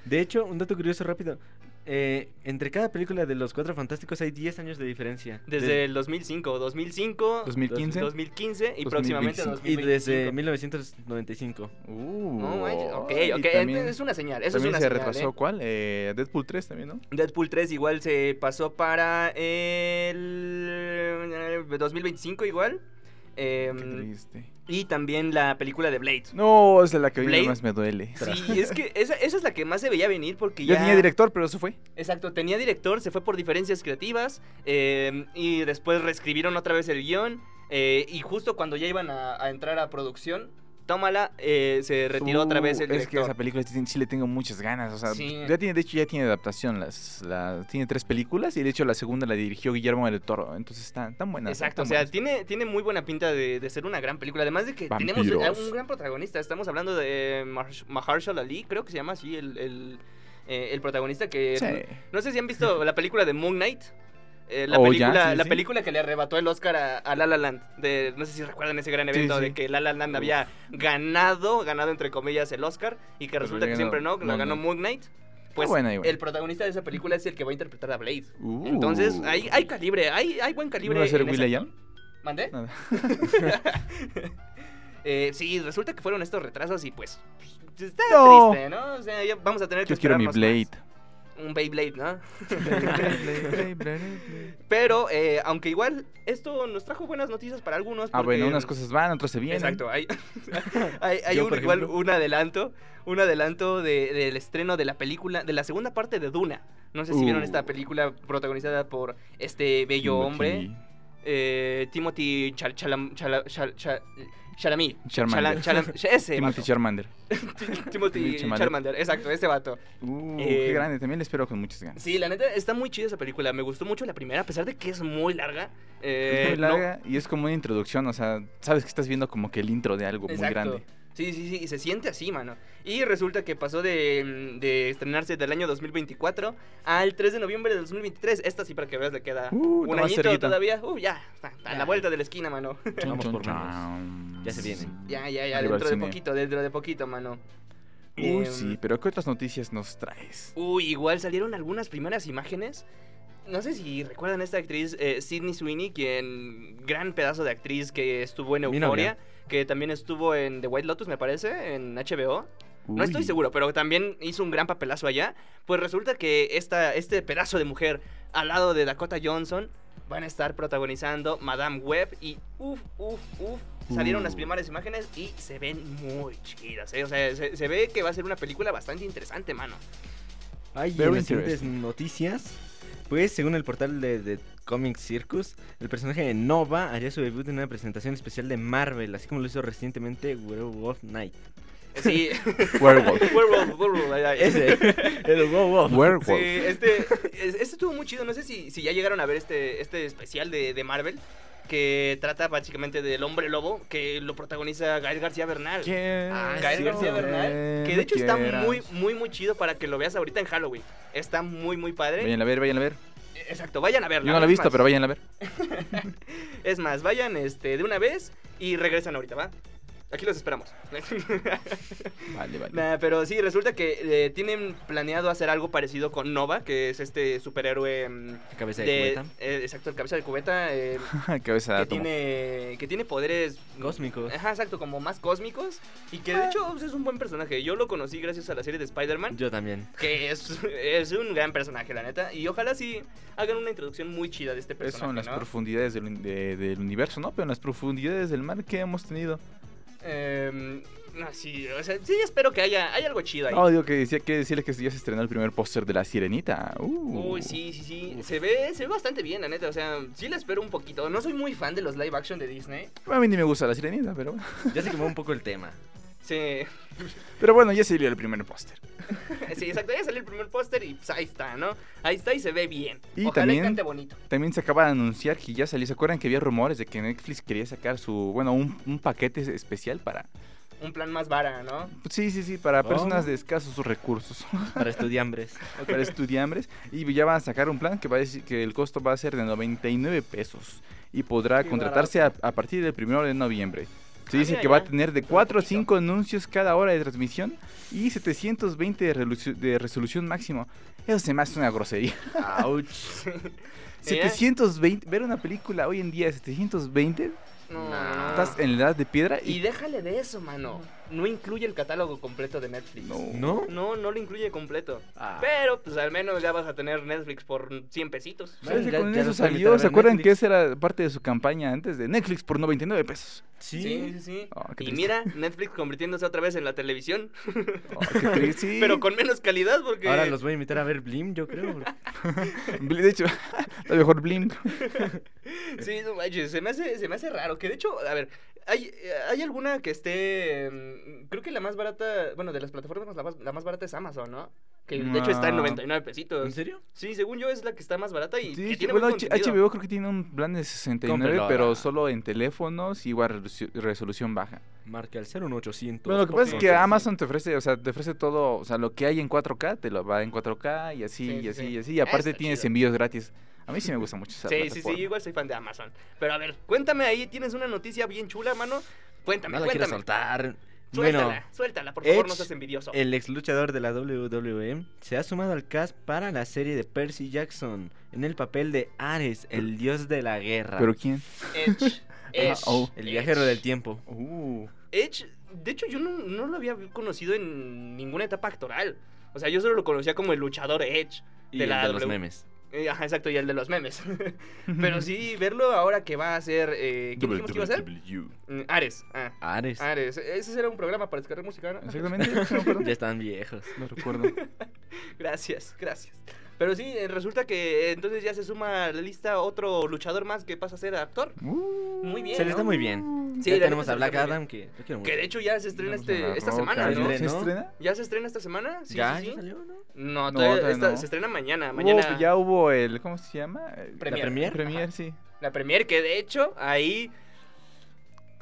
Speaker 5: De hecho, un dato curioso rápido. eh, entre cada película de los Cuatro Fantásticos hay 10 años de diferencia.
Speaker 2: Desde el 2005, 2005,
Speaker 3: 2015.
Speaker 2: 2015 y próximamente
Speaker 3: 2025.
Speaker 5: y
Speaker 2: 2025.
Speaker 5: desde 1995.
Speaker 3: Uh,
Speaker 2: No manches, ok,
Speaker 3: y
Speaker 2: ok,
Speaker 3: también-
Speaker 2: es una señal, eso es
Speaker 3: También
Speaker 2: una
Speaker 3: se
Speaker 2: señal,
Speaker 3: retrasó,
Speaker 2: ¿eh? Mm.
Speaker 3: ¿cuál? Eh, Deadpool 3 también, ¿no?
Speaker 2: Deadpool 3 igual se pasó para el eh, 2025 igual. Em,
Speaker 3: Qué triste.
Speaker 2: y también la película de Blade.
Speaker 3: No, es de la que hoy
Speaker 2: Blade.
Speaker 3: más me duele.
Speaker 2: Sí, es que esa, esa es la que más se veía venir porque
Speaker 3: Ya
Speaker 2: ya...
Speaker 3: tenía director, pero eso fue.
Speaker 2: Exacto, tenía director, se fue por diferencias creativas eh, y después reescribieron otra vez el guión eh, y justo cuando ya iban a, a entrar a producción, tómala, eh, se retiró otra vez el
Speaker 3: Uh, Es que
Speaker 2: director.
Speaker 3: esa película sí, sí le tengo muchas ganas. O sea,
Speaker 2: Sí.
Speaker 3: ya tiene, de hecho, ya tiene adaptación. Las, la- tiene tres películas y de hecho la segunda la dirigió Guillermo del Toro. Entonces están tan buenas.
Speaker 2: Exacto,
Speaker 3: tan
Speaker 2: o sea,
Speaker 3: buenas.
Speaker 2: tiene, tiene muy buena pinta de, de ser una gran película. Además de que tenemos a
Speaker 3: Vampiros.
Speaker 2: un gran protagonista. Estamos hablando de eh, Marsh- Mahershala Ali, creo que se llama así el, el, eh, el protagonista que...
Speaker 3: Sí.
Speaker 2: No sé si han visto la película de Moon Knight. eh, la
Speaker 3: Oh, ya,
Speaker 2: película,
Speaker 3: sí,
Speaker 2: la
Speaker 3: sí.
Speaker 2: película que le arrebató el Oscar a, a La La Land. De, no sé si recuerdan ese gran
Speaker 3: Sí,
Speaker 2: evento de
Speaker 3: sí.
Speaker 2: que La La Land había ganado, ganado entre comillas el Oscar y que
Speaker 3: Pero
Speaker 2: resulta que
Speaker 3: ganó
Speaker 2: siempre no, lo
Speaker 3: Moon
Speaker 2: ganó
Speaker 3: Knight.
Speaker 2: Moon Knight. Pues
Speaker 3: buena igual.
Speaker 2: el protagonista de esa película es el que va a interpretar a Blade.
Speaker 3: Uh.
Speaker 2: Entonces, hay, hay calibre, hay, hay buen calibre.
Speaker 3: ¿No va a ser
Speaker 2: en ese
Speaker 3: Will.i.am?
Speaker 2: actor. ¿Mandé?
Speaker 3: Nada.
Speaker 2: Eh, sí, resulta que fueron estos retrasos y pues. Está
Speaker 3: No.
Speaker 2: triste, ¿no? O sea, ya vamos a tener que.
Speaker 3: Yo quiero mi
Speaker 2: esperarnos
Speaker 3: Blade.
Speaker 2: más. Un Beyblade, ¿no?
Speaker 3: Blade, Blade, Blade, Blade.
Speaker 2: Pero, eh, aunque igual, esto nos trajo buenas noticias para algunos.
Speaker 3: Ah, bueno,
Speaker 2: porque-
Speaker 3: unas cosas ¿eh? van, otras se vienen.
Speaker 2: Exacto, hay, hay, hay
Speaker 5: Yo,
Speaker 2: un,
Speaker 5: por
Speaker 2: igual
Speaker 5: ejemplo.
Speaker 2: un adelanto, un adelanto de- del estreno de la película, de la segunda parte de Duna. No sé si vieron
Speaker 3: Uh.
Speaker 2: esta película protagonizada por este bello hombre,
Speaker 3: Timothy
Speaker 2: eh, Timothy Chal- Chalam- Chala- Chal- Chal- Chalamet.
Speaker 3: Charmander.
Speaker 2: Chalam- Chalam- ese
Speaker 3: Timothy
Speaker 2: vato.
Speaker 3: Charmander.
Speaker 2: Timothy
Speaker 3: Timothy Chalamet.
Speaker 2: Charmander, exacto, ese vato.
Speaker 3: Uh,
Speaker 2: Eh,
Speaker 3: qué grande, también le espero con muchas ganas.
Speaker 2: Sí, la neta, está muy chida esa película. Me gustó mucho la primera, a pesar de que es muy larga.
Speaker 3: Es
Speaker 2: eh,
Speaker 3: muy
Speaker 2: no-
Speaker 3: larga y es como una introducción, o sea, sabes que estás viendo como que el intro de algo muy
Speaker 2: Exacto.
Speaker 3: grande.
Speaker 2: Sí, sí, sí, y se siente así, mano. Y resulta que pasó de, mm, de estrenarse del año 2024 al 3 de noviembre de 2023. Esta sí, para que veas, le queda
Speaker 3: Uh,
Speaker 2: un
Speaker 3: está más
Speaker 2: añito
Speaker 3: cerquita.
Speaker 2: todavía. Uh, ya, está, está a la
Speaker 5: Ya.
Speaker 2: vuelta de la esquina, mano.
Speaker 5: Vamos
Speaker 3: Chun,
Speaker 5: por
Speaker 3: chun,
Speaker 5: menos.
Speaker 3: chun.
Speaker 5: Ya se viene.
Speaker 2: ya, ya, ya, dentro
Speaker 3: Arriba el
Speaker 2: de
Speaker 3: cine.
Speaker 2: poquito, dentro de poquito, mano.
Speaker 3: Uy,
Speaker 2: Em,
Speaker 3: sí, pero ¿qué otras noticias nos traes?
Speaker 2: Uy, igual salieron algunas primeras imágenes. No sé si recuerdan a esta actriz, eh, Sydney Sweeney, quien gran pedazo de actriz que estuvo en
Speaker 5: Mi
Speaker 2: Euphoria, que también estuvo en The White Lotus, me parece, en HBO. No estoy
Speaker 3: Uy.
Speaker 2: seguro, pero también hizo un gran papelazo allá. Pues resulta que esta, este pedazo de mujer al lado de Dakota Johnson van a estar protagonizando Madame Web y uff, uff, uff. Salieron las
Speaker 3: Uh.
Speaker 2: primeras imágenes y se ven muy chidas, ¿eh? O sea, se, se ve que va a ser una película bastante interesante, mano.
Speaker 5: Hay
Speaker 3: Very
Speaker 5: recientes noticias. Pues, según el portal de, de Comic Circus, el personaje de Nova haría su debut en una presentación especial de Marvel, así como lo hizo recientemente Werewolf Night.
Speaker 2: Sí,
Speaker 3: Werewolf.
Speaker 2: Werewolf, Werewolf, ay, ay.
Speaker 5: Ese, el Werewolf.
Speaker 2: Sí,
Speaker 3: Werewolf.
Speaker 2: este, es- este estuvo muy chido. No sé si, si ya llegaron a ver este, este especial de, de Marvel que trata básicamente del hombre lobo que lo protagoniza Gael García Bernal.
Speaker 3: ¿Quién
Speaker 2: Ah, Gael García
Speaker 3: quiera?
Speaker 2: Bernal, que de hecho está
Speaker 3: Quiera.
Speaker 2: muy, muy, muy chido para que lo veas ahorita en Halloween. Está muy, muy padre.
Speaker 3: Vayan a ver, vayan a ver.
Speaker 2: Eh, Exacto, vayan a verlo.
Speaker 3: Yo no la he visto, pero vayan a ver.
Speaker 2: Es más, vayan este, de una vez y regresan ahorita, ¿va? Aquí los esperamos.
Speaker 3: Vale, vale.
Speaker 2: Nah, pero sí, resulta que eh, tienen planeado hacer algo parecido con Nova, que es este superhéroe mm,
Speaker 5: Cabeza de,
Speaker 2: de-
Speaker 5: cubeta.
Speaker 2: eh, exacto, el cabeza de cubeta. eh,
Speaker 3: Cabeza de
Speaker 2: que,
Speaker 3: átomo.
Speaker 2: tiene, que tiene poderes.
Speaker 5: Cósmicos.
Speaker 2: Ajá, exacto, como más cósmicos. Y que
Speaker 3: Ah.
Speaker 2: de hecho pues, es un buen personaje. Yo lo conocí gracias a la serie de Spider-Man.
Speaker 5: Yo también.
Speaker 2: Que es, es un gran personaje, la neta. Y ojalá sí hagan una introducción muy chida de este
Speaker 3: Eso
Speaker 2: personaje.
Speaker 3: en las
Speaker 2: ¿no?
Speaker 3: profundidades del, un- de- del universo, ¿no? Pero en las profundidades del mar que hemos tenido.
Speaker 2: Em, no, sí, o sea, sí, espero que haya, haya algo chido ahí.
Speaker 3: No, Oh, digo que decía que decirles que ya se estrenó el primer póster de la sirenita. Uh.
Speaker 2: Uy, sí, sí, sí. Se ve, se ve bastante bien, la neta. O sea, sí la espero un poquito. No soy muy fan de los live action de Disney.
Speaker 3: A mí ni me gusta la sirenita, pero bueno.
Speaker 5: Ya se quemó un poco el tema.
Speaker 2: Sí,
Speaker 3: Pero bueno, ya salió el primer póster.
Speaker 2: sí exacto. Ya salió el primer póster y pues, ahí está, ¿no? Ahí está y se ve bien.
Speaker 3: Y
Speaker 2: Ojalá
Speaker 3: también-
Speaker 2: y cante bonito.
Speaker 3: También se acaba de anunciar que ya salió. ¿Se acuerdan que había rumores de que Netflix quería sacar su, bueno, un, un paquete especial para... pues
Speaker 2: Un plan más vara, ¿no?
Speaker 3: Sí, sí, sí, para
Speaker 5: Oh.
Speaker 3: personas de escasos recursos,
Speaker 5: Para estudiambres.
Speaker 3: para estudiambres. Y ya van a sacar un plan que va a decir que el costo va a ser de 99 pesos y podrá
Speaker 2: Qué
Speaker 3: contratarse a, a partir del 1 de noviembre. Se
Speaker 2: Ah,
Speaker 3: dice
Speaker 2: mira,
Speaker 3: que va a
Speaker 2: ya.
Speaker 3: tener de 4 a
Speaker 2: poquito.
Speaker 3: 5 anuncios cada hora de transmisión y 720 de, resolu- de resolución máximo. Eso se me hace una grosería.
Speaker 5: Ouch. ¿Eh?
Speaker 3: 720, ver una película hoy en día de 720,
Speaker 2: No,
Speaker 5: Nah.
Speaker 3: estás en la edad de piedra
Speaker 2: Y
Speaker 3: y...
Speaker 2: déjale de eso, mano. No incluye el catálogo completo de Netflix.
Speaker 3: No.
Speaker 5: ¿No?
Speaker 2: No, no lo incluye completo.
Speaker 5: Ah.
Speaker 2: Pero, pues al menos ya vas a tener Netflix por 100 pesitos.
Speaker 5: Bueno,
Speaker 3: ¿Sabes que
Speaker 5: ya-
Speaker 3: con
Speaker 5: ya
Speaker 3: eso
Speaker 5: nos permitió
Speaker 3: salió?
Speaker 5: ver
Speaker 3: ¿Se acuerdan que
Speaker 5: Netflix?
Speaker 3: esa era parte de su campaña antes de Netflix por 99 pesos?
Speaker 5: Sí.
Speaker 2: Sí, sí, sí.
Speaker 3: Ah, qué
Speaker 2: y
Speaker 3: triste.
Speaker 2: mira, Netflix convirtiéndose otra vez en la televisión,
Speaker 3: Oh, qué triste, sí.
Speaker 2: pero con menos calidad porque...
Speaker 5: Ahora los voy a invitar a ver Blim, yo creo.
Speaker 3: Bli- De hecho, la mejor Blink.
Speaker 2: Sí, no manches, se me hace, se me hace raro, que de hecho, a ver, hay, eh, hay alguna que esté, mm, creo que la más barata, bueno, de las plataformas la más, la más barata es Amazon, ¿no? Que de hecho está en
Speaker 3: No.
Speaker 2: 99 pesitos.
Speaker 5: ¿En serio?
Speaker 2: Sí, según yo es la que está más barata y
Speaker 3: Sí,
Speaker 2: que
Speaker 3: sí,
Speaker 2: tiene
Speaker 3: bueno,
Speaker 2: buen
Speaker 3: H-
Speaker 2: contenido.
Speaker 3: HBO creo que tiene un plan de 69,
Speaker 5: Cómprelo
Speaker 3: pero
Speaker 5: ahora.
Speaker 3: solo en teléfonos y igual resolución- resolución baja.
Speaker 5: Marca el 01800.
Speaker 3: Bueno, lo que
Speaker 5: por
Speaker 3: pasa es que
Speaker 5: favor.
Speaker 3: Amazon te ofrece, o sea, te ofrece todo, o sea, lo que hay en 4K te lo va en 4K y así,
Speaker 2: Sí, sí,
Speaker 3: y así,
Speaker 2: sí.
Speaker 3: y así. Y aparte
Speaker 2: Está
Speaker 3: tienes
Speaker 2: chido.
Speaker 3: envíos gratis. A mí sí me gusta mucho esa
Speaker 2: Sí, sí, sí,
Speaker 3: plataforma.
Speaker 2: igual soy fan de Amazon. Pero a ver, cuéntame ahí, tienes una noticia bien chula, mano. Cuéntame,
Speaker 5: No la quiero
Speaker 2: cuéntame.
Speaker 5: soltar.
Speaker 2: Suéltala,
Speaker 5: Bueno,
Speaker 2: suéltala, por favor,
Speaker 5: Edge,
Speaker 2: no seas envidioso.
Speaker 5: el ex luchador de la WWE se ha sumado al cast para la serie de Percy Jackson en el papel de Ares, el dios de la guerra.
Speaker 3: ¿Pero quién?
Speaker 2: Edge. Edge,
Speaker 3: oh.
Speaker 5: el
Speaker 2: Edge.
Speaker 5: viajero del tiempo.
Speaker 3: Uh,
Speaker 2: Edge, de hecho, yo no, no lo había conocido en ninguna etapa actoral. O sea, yo solo lo conocía como el luchador Edge.
Speaker 5: Y
Speaker 2: De
Speaker 5: el
Speaker 2: la
Speaker 5: de los
Speaker 2: W.
Speaker 5: memes.
Speaker 2: Eh, Ajá, exacto, y el de los memes. Pero sí, verlo ahora que va a ser. Eh, ¿Qué dijimos que iba a ser? Mm, Ares. Ah,
Speaker 5: Ares.
Speaker 2: Ares. Ese era un programa para descargar música, ¿no?
Speaker 3: exactamente. No, me acuerdo.
Speaker 5: Ya están viejos.
Speaker 3: No recuerdo.
Speaker 2: Gracias, gracias. Pero sí, eh, resulta que eh, entonces ya se suma a la lista otro luchador más que pasa a ser actor.
Speaker 3: Uh,
Speaker 2: Muy bien.
Speaker 5: Se le está
Speaker 2: ¿no?
Speaker 5: muy bien.
Speaker 2: Sí,
Speaker 5: ya
Speaker 2: la
Speaker 5: tenemos
Speaker 2: neta
Speaker 5: a
Speaker 2: se le
Speaker 5: Black
Speaker 2: está muy
Speaker 5: Adam que lo quiero mucho.
Speaker 2: Que de hecho ya se estrena
Speaker 3: vamos a
Speaker 2: este,
Speaker 3: la
Speaker 2: esta
Speaker 3: roca,
Speaker 2: semana,
Speaker 5: ¿no?
Speaker 2: ¿no?
Speaker 3: ¿Se
Speaker 5: ¿No?
Speaker 3: estrena?
Speaker 2: ¿Ya se estrena esta semana? Sí,
Speaker 5: ya,
Speaker 2: sí,
Speaker 5: ya
Speaker 2: sí.
Speaker 5: salió, ¿no?
Speaker 2: No,
Speaker 3: No,
Speaker 2: todavía
Speaker 3: todavía
Speaker 2: está-
Speaker 3: no.
Speaker 2: se estrena mañana.
Speaker 3: Hubo-
Speaker 2: Mañana
Speaker 3: ya hubo el, ¿cómo se llama? El-
Speaker 2: Premier.
Speaker 5: ¿La premier?
Speaker 3: Premier,
Speaker 5: Ajá.
Speaker 3: sí.
Speaker 2: la premier, que de hecho ahí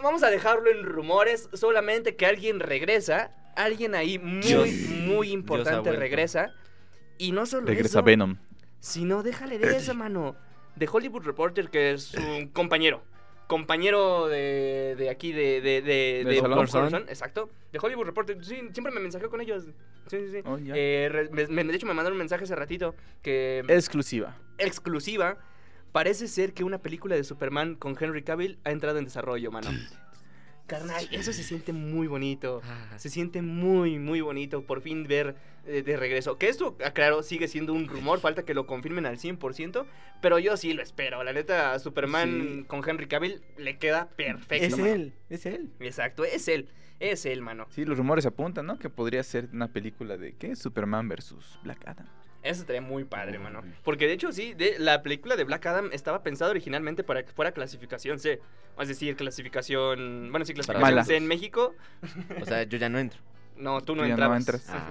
Speaker 2: vamos a dejarlo en rumores, solamente que alguien regresa, alguien ahí muy,
Speaker 5: Dios.
Speaker 2: muy importante
Speaker 5: vuelto.
Speaker 2: regresa. Y no solo
Speaker 3: Regresa
Speaker 2: eso,
Speaker 3: Venom.
Speaker 2: sino déjale de eso, mano. De Hollywood Reporter, que es un compañero. compañero de, de aquí, de, de, de,
Speaker 3: Del
Speaker 2: de
Speaker 3: salón.
Speaker 2: Bob Corson, exacto, de Hollywood Reporter. Sí, siempre me mensajeó con ellos. Sí, sí, sí.
Speaker 3: Oh, ya.
Speaker 2: Eh, re- me- me- de hecho, me mandaron un mensaje hace ratito que
Speaker 3: Exclusiva.
Speaker 2: exclusiva. Parece ser que una película de Superman con Henry Cavill ha entrado en desarrollo, mano. Carnal, eso se siente muy
Speaker 5: Ah,
Speaker 2: bonito. Se siente muy, muy bonito por fin ver eh, de regreso. Que esto, claro, sigue siendo un rumor, falta que lo confirmen al 100%, pero yo sí lo espero. La neta, Superman
Speaker 5: Sí.
Speaker 2: con Henry Cavill le queda perfecto.
Speaker 5: Es
Speaker 2: mano.
Speaker 5: él, es él.
Speaker 2: Exacto, es él. Es él, mano.
Speaker 3: Sí, los rumores apuntan, ¿no? Que podría ser una película de ¿qué? Superman versus Black Adam.
Speaker 2: Eso estaría muy padre, mano. Porque de hecho, sí, de, la película de Black Adam estaba pensada originalmente para que fuera clasificación C. Es decir, clasificación. Bueno, sí, clasificación
Speaker 3: Mala.
Speaker 2: C en México.
Speaker 5: O sea, yo ya no entro.
Speaker 2: No, tú no
Speaker 3: Tú ya no
Speaker 2: entrabas.
Speaker 3: entras.
Speaker 5: Ah,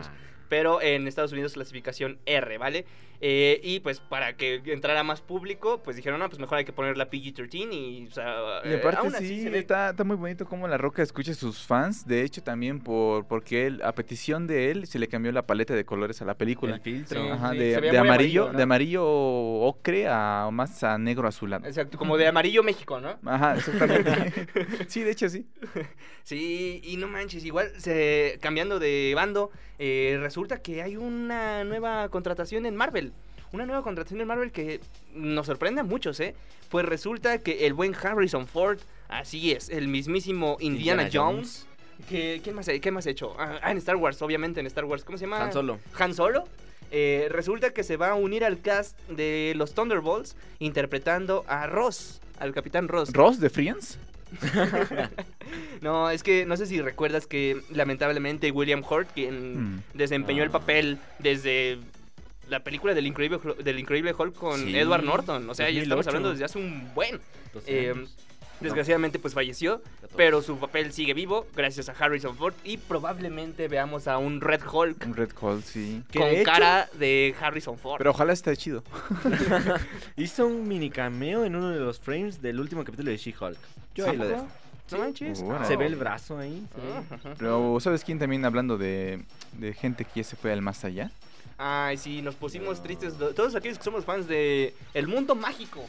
Speaker 2: Pero en Estados Unidos, clasificación R, ¿vale? Eh, y pues para que entrara más público, pues dijeron, no, pues mejor hay que poner la PG-13 y. O sea,
Speaker 3: Y
Speaker 2: eh,
Speaker 3: aparte
Speaker 2: aún así
Speaker 3: sí,
Speaker 2: se ve-
Speaker 3: está, está muy bonito cómo La Roca escucha a sus fans. De hecho, también por porque él, a petición de él, se le cambió la paleta de colores a la película.
Speaker 5: el filtro.
Speaker 2: Sí,
Speaker 3: Ajá,
Speaker 2: sí,
Speaker 3: de,
Speaker 2: se veía
Speaker 3: de
Speaker 2: muy
Speaker 3: amarillo,
Speaker 2: amarillo, ¿no?
Speaker 3: de amarillo ocre a más a negro azulado.
Speaker 2: Exacto, como de amarillo México, ¿no?
Speaker 3: Ajá, exactamente. sí, de hecho sí.
Speaker 2: Sí, y no manches, igual se, cambiando de bando, eh, resulta que hay una nueva contratación en Marvel. Una nueva contratación en Marvel que nos sorprende a muchos, ¿eh? Pues resulta que el buen Harrison Ford, así es, el mismísimo Indiana,
Speaker 5: Indiana
Speaker 2: Jones. Que, ¿quién, más, ¿Qué más ha hecho? Ah, ah, en Star Wars, obviamente, en Star Wars. ¿Cómo se llama?
Speaker 5: Han Solo.
Speaker 2: Han Solo. eh, resulta que se va a unir al cast de los Thunderbolts interpretando a Ross, al Capitán Ross.
Speaker 3: Ross de Friends.
Speaker 2: No, es que no sé si recuerdas que lamentablemente William Hurt, quien
Speaker 3: Mm.
Speaker 2: desempeñó el
Speaker 5: Ah.
Speaker 2: papel desde la película del Increíble, Hul- del Increíble Hulk con
Speaker 5: Sí,
Speaker 2: Edward Norton, o sea, ya estamos
Speaker 5: 2008.
Speaker 2: hablando desde hace un buen.
Speaker 5: Doce
Speaker 2: Eh,
Speaker 5: años.
Speaker 2: Desgraciadamente pues falleció,
Speaker 5: Catorce.
Speaker 2: pero su papel sigue vivo gracias a Harrison Ford y probablemente veamos a un Red Hulk
Speaker 3: Un Red Hulk, sí.
Speaker 5: Que de
Speaker 2: con
Speaker 5: hecho-
Speaker 2: cara de Harrison Ford.
Speaker 3: Pero ojalá esté chido.
Speaker 5: Hizo un mini cameo en uno de los frames del último capítulo de She-Hulk. Yo ahí lo dejo.
Speaker 2: No manches.
Speaker 3: Órale.
Speaker 5: Se ve el brazo ahí. se ve.
Speaker 2: Ah, ajá.
Speaker 3: Pero, ¿sabes quién también hablando de, de gente que ya se fue al más allá?
Speaker 2: Ay, sí, nos pusimos tristes. do- Todos aquellos que somos fans de El Mundo Mágico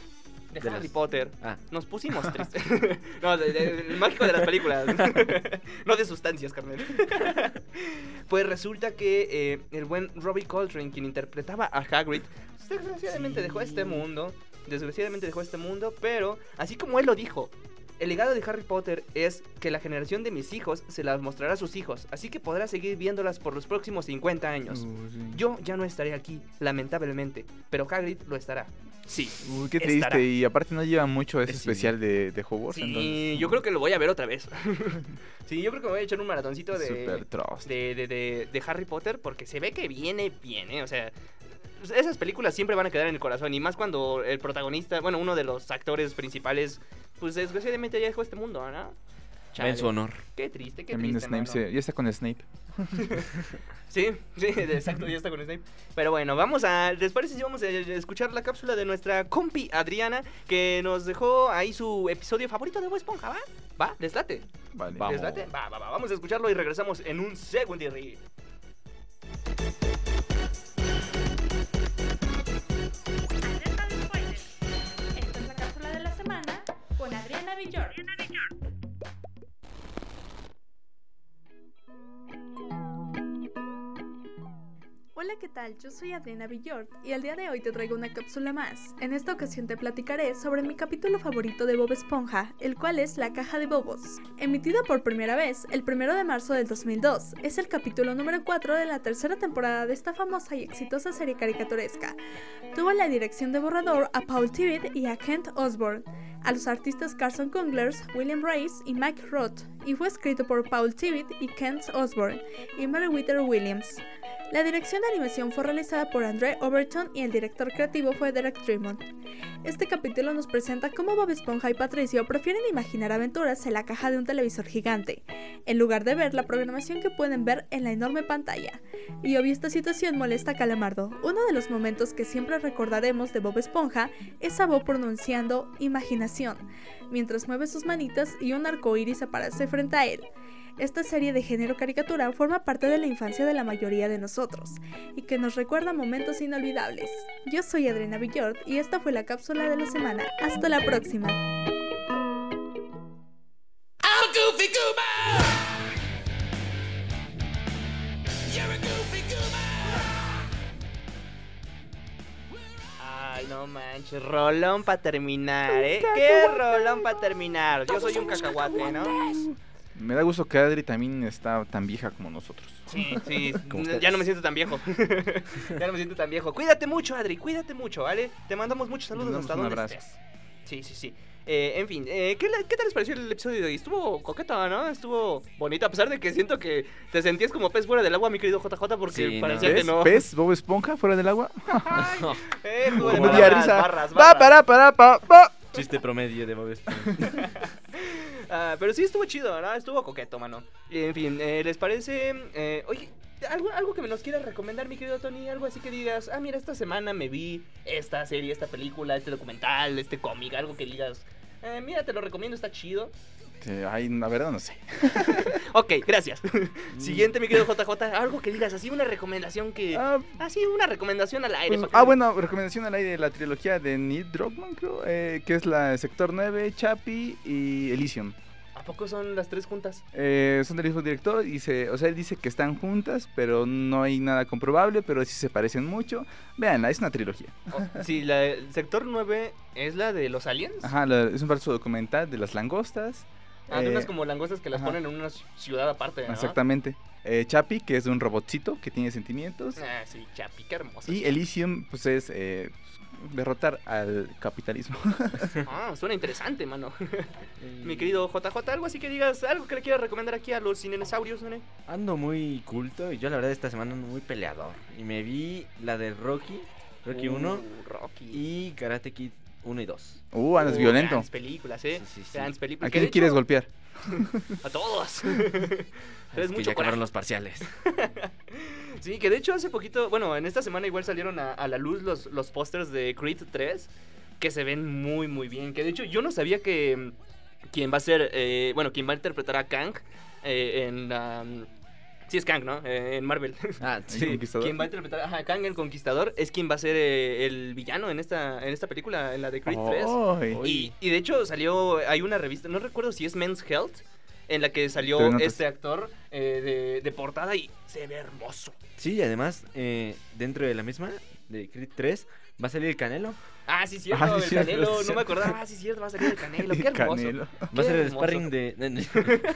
Speaker 2: de,
Speaker 5: De
Speaker 2: Harry
Speaker 5: las-
Speaker 2: Potter.
Speaker 5: Ah,
Speaker 2: Nos pusimos tristes. no, de- de- el mágico de las películas. no de sustancias, carnal. pues resulta que eh, el buen Robbie Coltrane, quien interpretaba a Hagrid, desgraciadamente dejó este mundo. Desgraciadamente dejó este mundo, pero así como él lo dijo. El legado de Harry Potter es que la generación de mis hijos se las mostrará a sus hijos, así que podrá seguir viéndolas por los próximos 50 años.
Speaker 3: Mm.
Speaker 2: Yo ya no estaré aquí, lamentablemente, pero Hagrid lo estará. Sí.
Speaker 3: Uy, qué triste.
Speaker 2: Estará.
Speaker 3: Y aparte no lleva mucho ese
Speaker 5: Sí.
Speaker 3: especial de, de Hogwarts.
Speaker 2: Sí,
Speaker 3: entonces,
Speaker 2: yo creo que lo voy a ver otra vez. sí, yo creo que me voy a echar un maratoncito
Speaker 3: Super
Speaker 2: de,
Speaker 3: trust.
Speaker 2: de, de, de- de Harry Potter porque se ve que viene bien, ¿eh? O sea, esas películas siempre van a quedar en el corazón y más cuando el protagonista, bueno, uno de los actores principales, pues desgraciadamente ya dejó este mundo, ¿no?
Speaker 5: va en su honor.
Speaker 2: Qué triste, qué
Speaker 3: También
Speaker 2: triste.
Speaker 3: Snape
Speaker 2: mano.
Speaker 3: se- ya está con Snape.
Speaker 2: Sí, sí, exacto, ya está con Snape. Pero bueno, vamos a. ¿Les parece si vamos a escuchar la cápsula de nuestra compi Adriana que nos dejó ahí su episodio favorito de Bob Esponja, ¿va? ¿Va? ¿Les late?
Speaker 3: Vale.
Speaker 5: Vamos.
Speaker 2: ¿Les late? Va, va, va. Vamos a escucharlo y regresamos en un secondary.
Speaker 7: Alerta de spoiler. Esta es la cápsula de la semana con Adriana Villor. Hola, ¿qué tal? Yo soy Adriana Villord y el día de hoy te traigo una cápsula más. En esta ocasión te platicaré sobre mi capítulo favorito de Bob Esponja, el cual es La Caja de Bobos. Emitida por primera vez el 1 de marzo del 2002, es el capítulo número 4 de la tercera temporada de esta famosa y exitosa serie caricaturesca. Tuvo la dirección de borrador a Paul Tibbet y a Kent Osborne, a los artistas Carson Conglers, William Rice y Mike Roth, y fue escrito por Paul Tibbet y Kent Osborne y Mary Wither Williams. La dirección de animación fue realizada por Andre Overton y el director creativo fue Derek Drummond. Este capítulo nos presenta cómo Bob Esponja y Patricio prefieren imaginar aventuras en la caja de un televisor gigante, en lugar de ver la programación que pueden ver en la enorme pantalla. Y obvio esta situación molesta a Calamardo. Uno de los momentos que siempre recordaremos de Bob Esponja es a Bob pronunciando imaginación, mientras mueve sus manitas y un arco iris aparece frente a él. Esta serie de género caricatura forma parte de la infancia de la mayoría de nosotros y que nos recuerda momentos inolvidables. Yo soy Adriana Villord y esta fue la cápsula de la semana. Hasta la próxima.
Speaker 2: manches, rolón para terminar, ¿eh? ¿Qué rolón para terminar? Yo soy un cacahuate, ¿no?
Speaker 3: Me da gusto que Adri también está tan vieja como nosotros.
Speaker 2: Sí, sí,
Speaker 5: Como ustedes.
Speaker 2: ya no me siento tan viejo. ya no me siento tan viejo. Cuídate mucho, Adri, cuídate mucho, ¿vale? Te mandamos muchos saludos
Speaker 3: mandamos
Speaker 2: hasta
Speaker 3: un
Speaker 2: donde
Speaker 3: abrazo.
Speaker 2: estés. Sí, sí, sí. Eh, en fin, eh, ¿qué, le- qué tal les pareció el episodio de hoy? Estuvo coqueta, ¿no? Estuvo bonito, a pesar de que siento que te sentías como pez fuera del agua, mi querido JJ, porque
Speaker 5: Sí, no.
Speaker 2: parecía que
Speaker 3: ¿Ves?
Speaker 2: no.
Speaker 3: ¿Ves? Bob Esponja fuera del agua.
Speaker 2: Eh,
Speaker 3: Como
Speaker 2: joder,
Speaker 3: diría
Speaker 2: barras,
Speaker 3: risa.
Speaker 2: barras,
Speaker 3: Va,
Speaker 2: barras.
Speaker 3: para, para, pa, pa.
Speaker 5: Chiste promedio de Bob Esponja.
Speaker 2: Ah, pero sí estuvo chido, ¿no? Estuvo coqueto, mano. Y, en fin, eh, ¿les parece? eh, oye, ¿algo, algo que me nos quieras recomendar, mi querido Tony? Algo así que digas, ah, mira, esta semana me vi esta serie, esta película, este documental, este cómic, algo que digas. "Eh, mira, te lo recomiendo, está chido.
Speaker 3: Eh, Ay, la verdad no sé.
Speaker 2: Ok, gracias. Siguiente, mi querido JJ, algo que digas, así una recomendación que...
Speaker 3: Ah,
Speaker 2: Así una recomendación al aire. pa'
Speaker 3: pues,
Speaker 2: que-
Speaker 3: ah, bueno, recomendación al aire de la trilogía de Neil Druckmann, creo, eh, que es la de Sector 9, Chapi y Elysium.
Speaker 2: ¿A poco son las tres juntas?
Speaker 3: Eh, son del mismo director y se, o sea, él dice que están juntas, pero no hay nada comprobable, pero sí se parecen mucho. Veanla, es una trilogía.
Speaker 2: Oh, sí, la, el sector 9 es la de los aliens.
Speaker 3: Ajá, la- es un falso documental de las langostas.
Speaker 2: Ah, de
Speaker 3: Eh,
Speaker 2: unas como langostas que las
Speaker 3: ajá.
Speaker 2: ponen en una ci- ciudad aparte, ¿no?
Speaker 3: Exactamente. Eh, Chapi, que es de un robotcito que tiene sentimientos.
Speaker 2: Ah, sí, Chapi, qué hermosa.
Speaker 3: Y Elysium, pues es eh, pues, derrotar al capitalismo.
Speaker 2: Ah, suena interesante, mano.
Speaker 5: Eh,
Speaker 2: Mi querido JJ, algo así que digas, algo que le quieras recomendar aquí a los cinenosaurios, nene.
Speaker 5: Ando muy culto y yo la verdad esta semana ando muy peleador. Y me vi la de Rocky, Rocky
Speaker 2: Uh,
Speaker 5: 1
Speaker 2: Rocky.
Speaker 5: y Karate Kid 1 y 2.
Speaker 3: Uh, andas
Speaker 2: Uh,
Speaker 3: violento.
Speaker 2: Grandes películas, eh.
Speaker 5: Sí, sí, sí.
Speaker 2: Grandes películas.
Speaker 3: ¿A
Speaker 2: que
Speaker 3: quién
Speaker 2: de
Speaker 3: quieres
Speaker 2: hecho,
Speaker 3: golpear?
Speaker 2: A todos.
Speaker 5: Es
Speaker 2: Eres
Speaker 5: que
Speaker 2: mucho
Speaker 5: ya acabaron
Speaker 2: coraje.
Speaker 5: los parciales.
Speaker 2: Sí, que de hecho hace poquito, bueno, en esta semana igual salieron a, a la luz los, los pósters de Creed 3, que se ven muy, muy bien. Que de hecho yo no sabía que mm, quien va a ser, eh, bueno, quien va a interpretar a Kang eh, en... la, mm, sí, es Kang, ¿no? Eh, en Marvel.
Speaker 5: Ah,
Speaker 3: Sí.
Speaker 5: sí.
Speaker 3: Conquistador.
Speaker 2: Quien va a interpretar ajá, Kang el Conquistador es quien va a ser eh, el villano en esta, en esta película, en la de Creed 3.
Speaker 3: Ay.
Speaker 2: Y, y de hecho salió, hay una revista, no recuerdo si es Men's Health, en la que
Speaker 3: Te
Speaker 2: salió
Speaker 3: notas.
Speaker 2: este actor eh, de, de portada y se ve hermoso.
Speaker 5: Sí, y además, eh, dentro de la misma, de Creed 3, va a salir el Canelo.
Speaker 2: Ah, sí, cierto,
Speaker 3: Ah, sí,
Speaker 2: el
Speaker 3: cierto,
Speaker 2: Canelo,
Speaker 3: sí,
Speaker 2: no me
Speaker 3: cierto.
Speaker 2: acordaba, ah, sí, cierto, va a salir el Canelo, qué hermoso.
Speaker 3: Canelo.
Speaker 5: Va a
Speaker 2: Qué
Speaker 5: ser el
Speaker 2: hermoso.
Speaker 5: sparring de.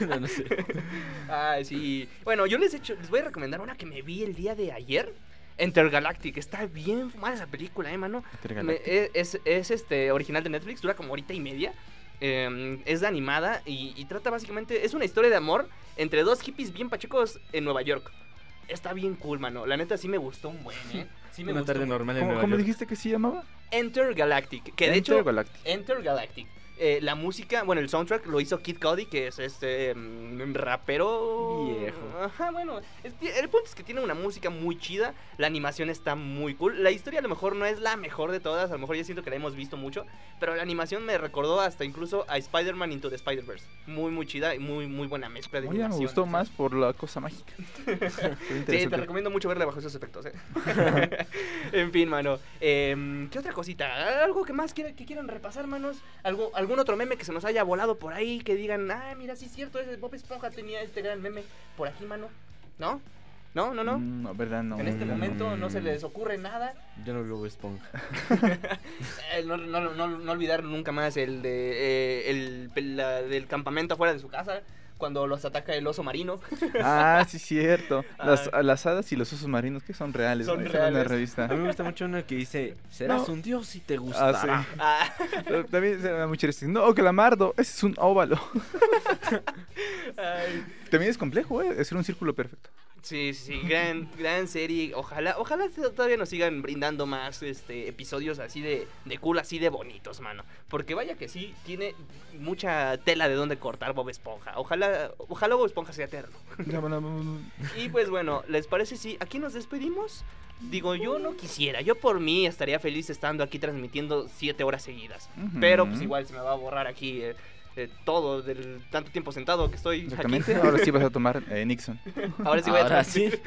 Speaker 5: no, no sé.
Speaker 2: Ah, sí. Bueno, yo les, he hecho, les voy a recomendar una que me vi el día de ayer. Intergalactic, está bien fumada esa película, eh, mano. Me- e, es, es este original de Netflix, dura como horita y media. Eh, es de animada y, y trata básicamente. Es una historia de amor entre dos hippies bien pachecos en Nueva York. Está bien cool, mano. La neta sí me gustó un buen, ¿eh? Sí me
Speaker 5: Una
Speaker 2: gustó.
Speaker 5: tarde normal en
Speaker 3: ¿Cómo,
Speaker 5: Nueva
Speaker 3: cómo
Speaker 5: York.
Speaker 3: dijiste que se llamaba?
Speaker 2: Intergalactic, que de hecho.
Speaker 3: Intergalactic.
Speaker 2: Enter Galactic. Eh, la música, bueno, el soundtrack lo hizo Kid Cody, que es este mm, un rapero
Speaker 5: Viejo.
Speaker 2: Ajá, bueno, es que el punto es que tiene una música muy chida, la animación está muy cool. La historia a lo mejor no es la mejor de todas, a lo mejor ya siento que la hemos visto mucho, pero la animación me recordó hasta incluso a Spider-Man Into the Spider-Verse. Muy muy chida y muy muy buena mezcla de
Speaker 3: Oye, me
Speaker 2: animación.
Speaker 3: gustó
Speaker 2: Sí.
Speaker 3: más por la cosa mágica. Qué
Speaker 2: Sí, te
Speaker 3: interesante.
Speaker 2: recomiendo mucho verla bajo esos efectos, ¿eh? en fin, mano. Em, ¿Qué otra cosita? ¿Algo que más quiera- que quieran repasar, manos? ¿Algo, ¿Algún otro meme que se nos haya volado por ahí? Que digan, ah, mira, sí es cierto, ese Bob Esponja tenía este gran meme por aquí, mano. ¿No? ¿No? ¿No? ¿No?
Speaker 3: Mm, No, verdad, no.
Speaker 2: en este
Speaker 3: verdad, no.
Speaker 2: momento no se les ocurre nada.
Speaker 5: Yo no veo esponja.
Speaker 2: Eh, no, no- no- no olvidar nunca más el de eh, el, la del campamento afuera de su casa cuando los ataca el oso marino.
Speaker 3: Ah, sí, cierto. Las,
Speaker 2: Ah.
Speaker 3: las hadas y los osos marinos que son reales.
Speaker 2: Son
Speaker 3: ¿no? Están en la
Speaker 2: reales.
Speaker 5: A
Speaker 3: revista.
Speaker 5: mí me gusta mucho uno que dice: Serás
Speaker 3: No.
Speaker 5: un dios y te
Speaker 3: Ah,
Speaker 5: gustará.
Speaker 3: sí.
Speaker 2: Ah,
Speaker 3: Pero También se me da mucho risa. No, Calamardo, ese es un óvalo.
Speaker 2: ay.
Speaker 3: También es complejo, ¿eh? Hacer un círculo perfecto.
Speaker 2: Sí, sí, sí, gran, gran serie. Ojalá, ojalá t- todavía nos sigan brindando más este episodios así de, de cool, así de bonitos, mano. Porque vaya que sí, tiene mucha tela de donde cortar Bob Esponja. Ojalá, ojalá Bob Esponja sea eterno. Y pues bueno, ¿les parece si aquí nos despedimos? Digo, yo no quisiera, yo por mí estaría feliz estando aquí transmitiendo siete horas seguidas. Pero pues
Speaker 3: Ujú.
Speaker 2: igual se me va a borrar aquí eh, eh, todo del tanto tiempo sentado que estoy aquí.
Speaker 3: Exactamente. Ahora sí vas a tomar eh, Nixon.
Speaker 2: Ahora sí voy a
Speaker 6: Ahora sí.
Speaker 2: transmitir.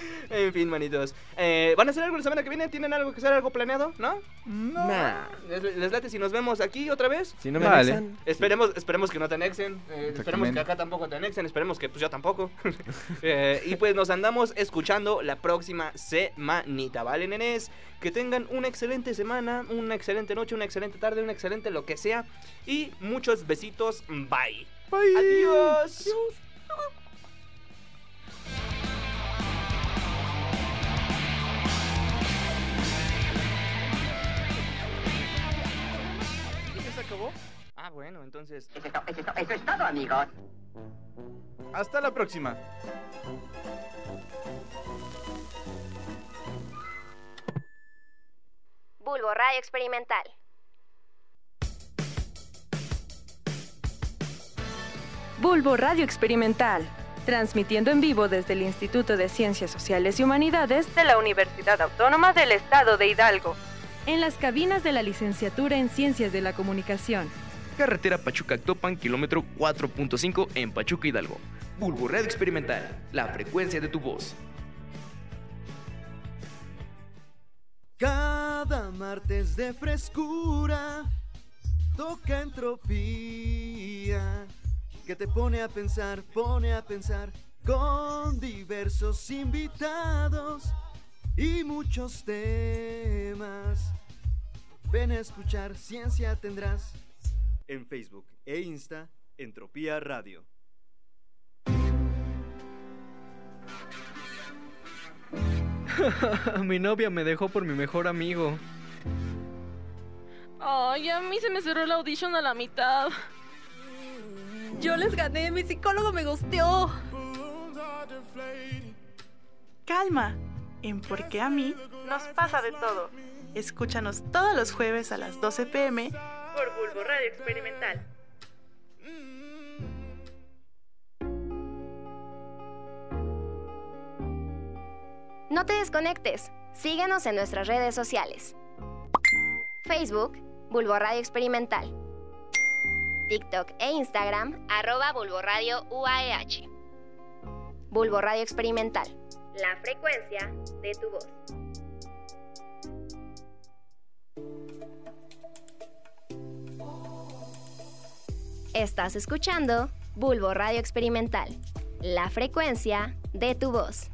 Speaker 2: en fin, manitos. Eh, ¿Van a hacer algo la semana que viene? ¿Tienen algo que hacer? ¿Algo planeado? ¿No?
Speaker 6: Ah.
Speaker 5: Nah.
Speaker 2: ¿Les, les late si nos vemos aquí otra vez?
Speaker 5: Si no me
Speaker 3: Dale.
Speaker 5: anexan,
Speaker 2: Esperemos, esperemos que no te anexen, eh, esperemos que
Speaker 3: Exactamente.
Speaker 2: acá tampoco te anexen, esperemos que pues yo tampoco. Eh, y pues nos andamos escuchando la próxima semanita, ¿vale, nenes? Que tengan una excelente semana, una excelente noche, una excelente tarde, una excelente lo que sea. Y muchos besitos, bye. Bye. Adiós. ¿Ya se acabó? Ah, bueno, entonces...
Speaker 8: Es esto, es esto, eso es todo, amigos.
Speaker 3: Hasta la próxima.
Speaker 9: Bulbo Radio Experimental.
Speaker 10: Bulbo Radio Experimental, transmitiendo en vivo desde el Instituto de Ciencias Sociales y Humanidades de la Universidad Autónoma del Estado de Hidalgo, en las cabinas de la Licenciatura en Ciencias de la Comunicación.
Speaker 11: Carretera Pachuca-Actopan, kilómetro 4.5 en Pachuca, Hidalgo. Bulbo Red Experimental, la frecuencia de tu voz.
Speaker 1: Cada martes de frescura toca entropía que te pone a pensar, pone a pensar con diversos invitados y muchos temas. Ven a escuchar Ciencia Tendrás en Facebook e Insta Entropía Radio.
Speaker 5: mi novia me dejó por mi mejor amigo.
Speaker 9: Ay, a mí se me cerró la audition a la mitad.
Speaker 7: Yo les gané, mi psicólogo me gusteó.
Speaker 10: Calma, en Porque a mí nos pasa de todo. Escúchanos todos los jueves a las 12 pm por Bulbo Radio Experimental.
Speaker 9: No te desconectes. Síguenos en nuestras redes sociales. Facebook, Bulbo Radio Experimental. TikTok e Instagram, arroba Bulbo Radio UAEH. Bulbo Radio Experimental. La frecuencia de tu voz. Estás escuchando Bulbo Radio Experimental. La frecuencia de tu voz.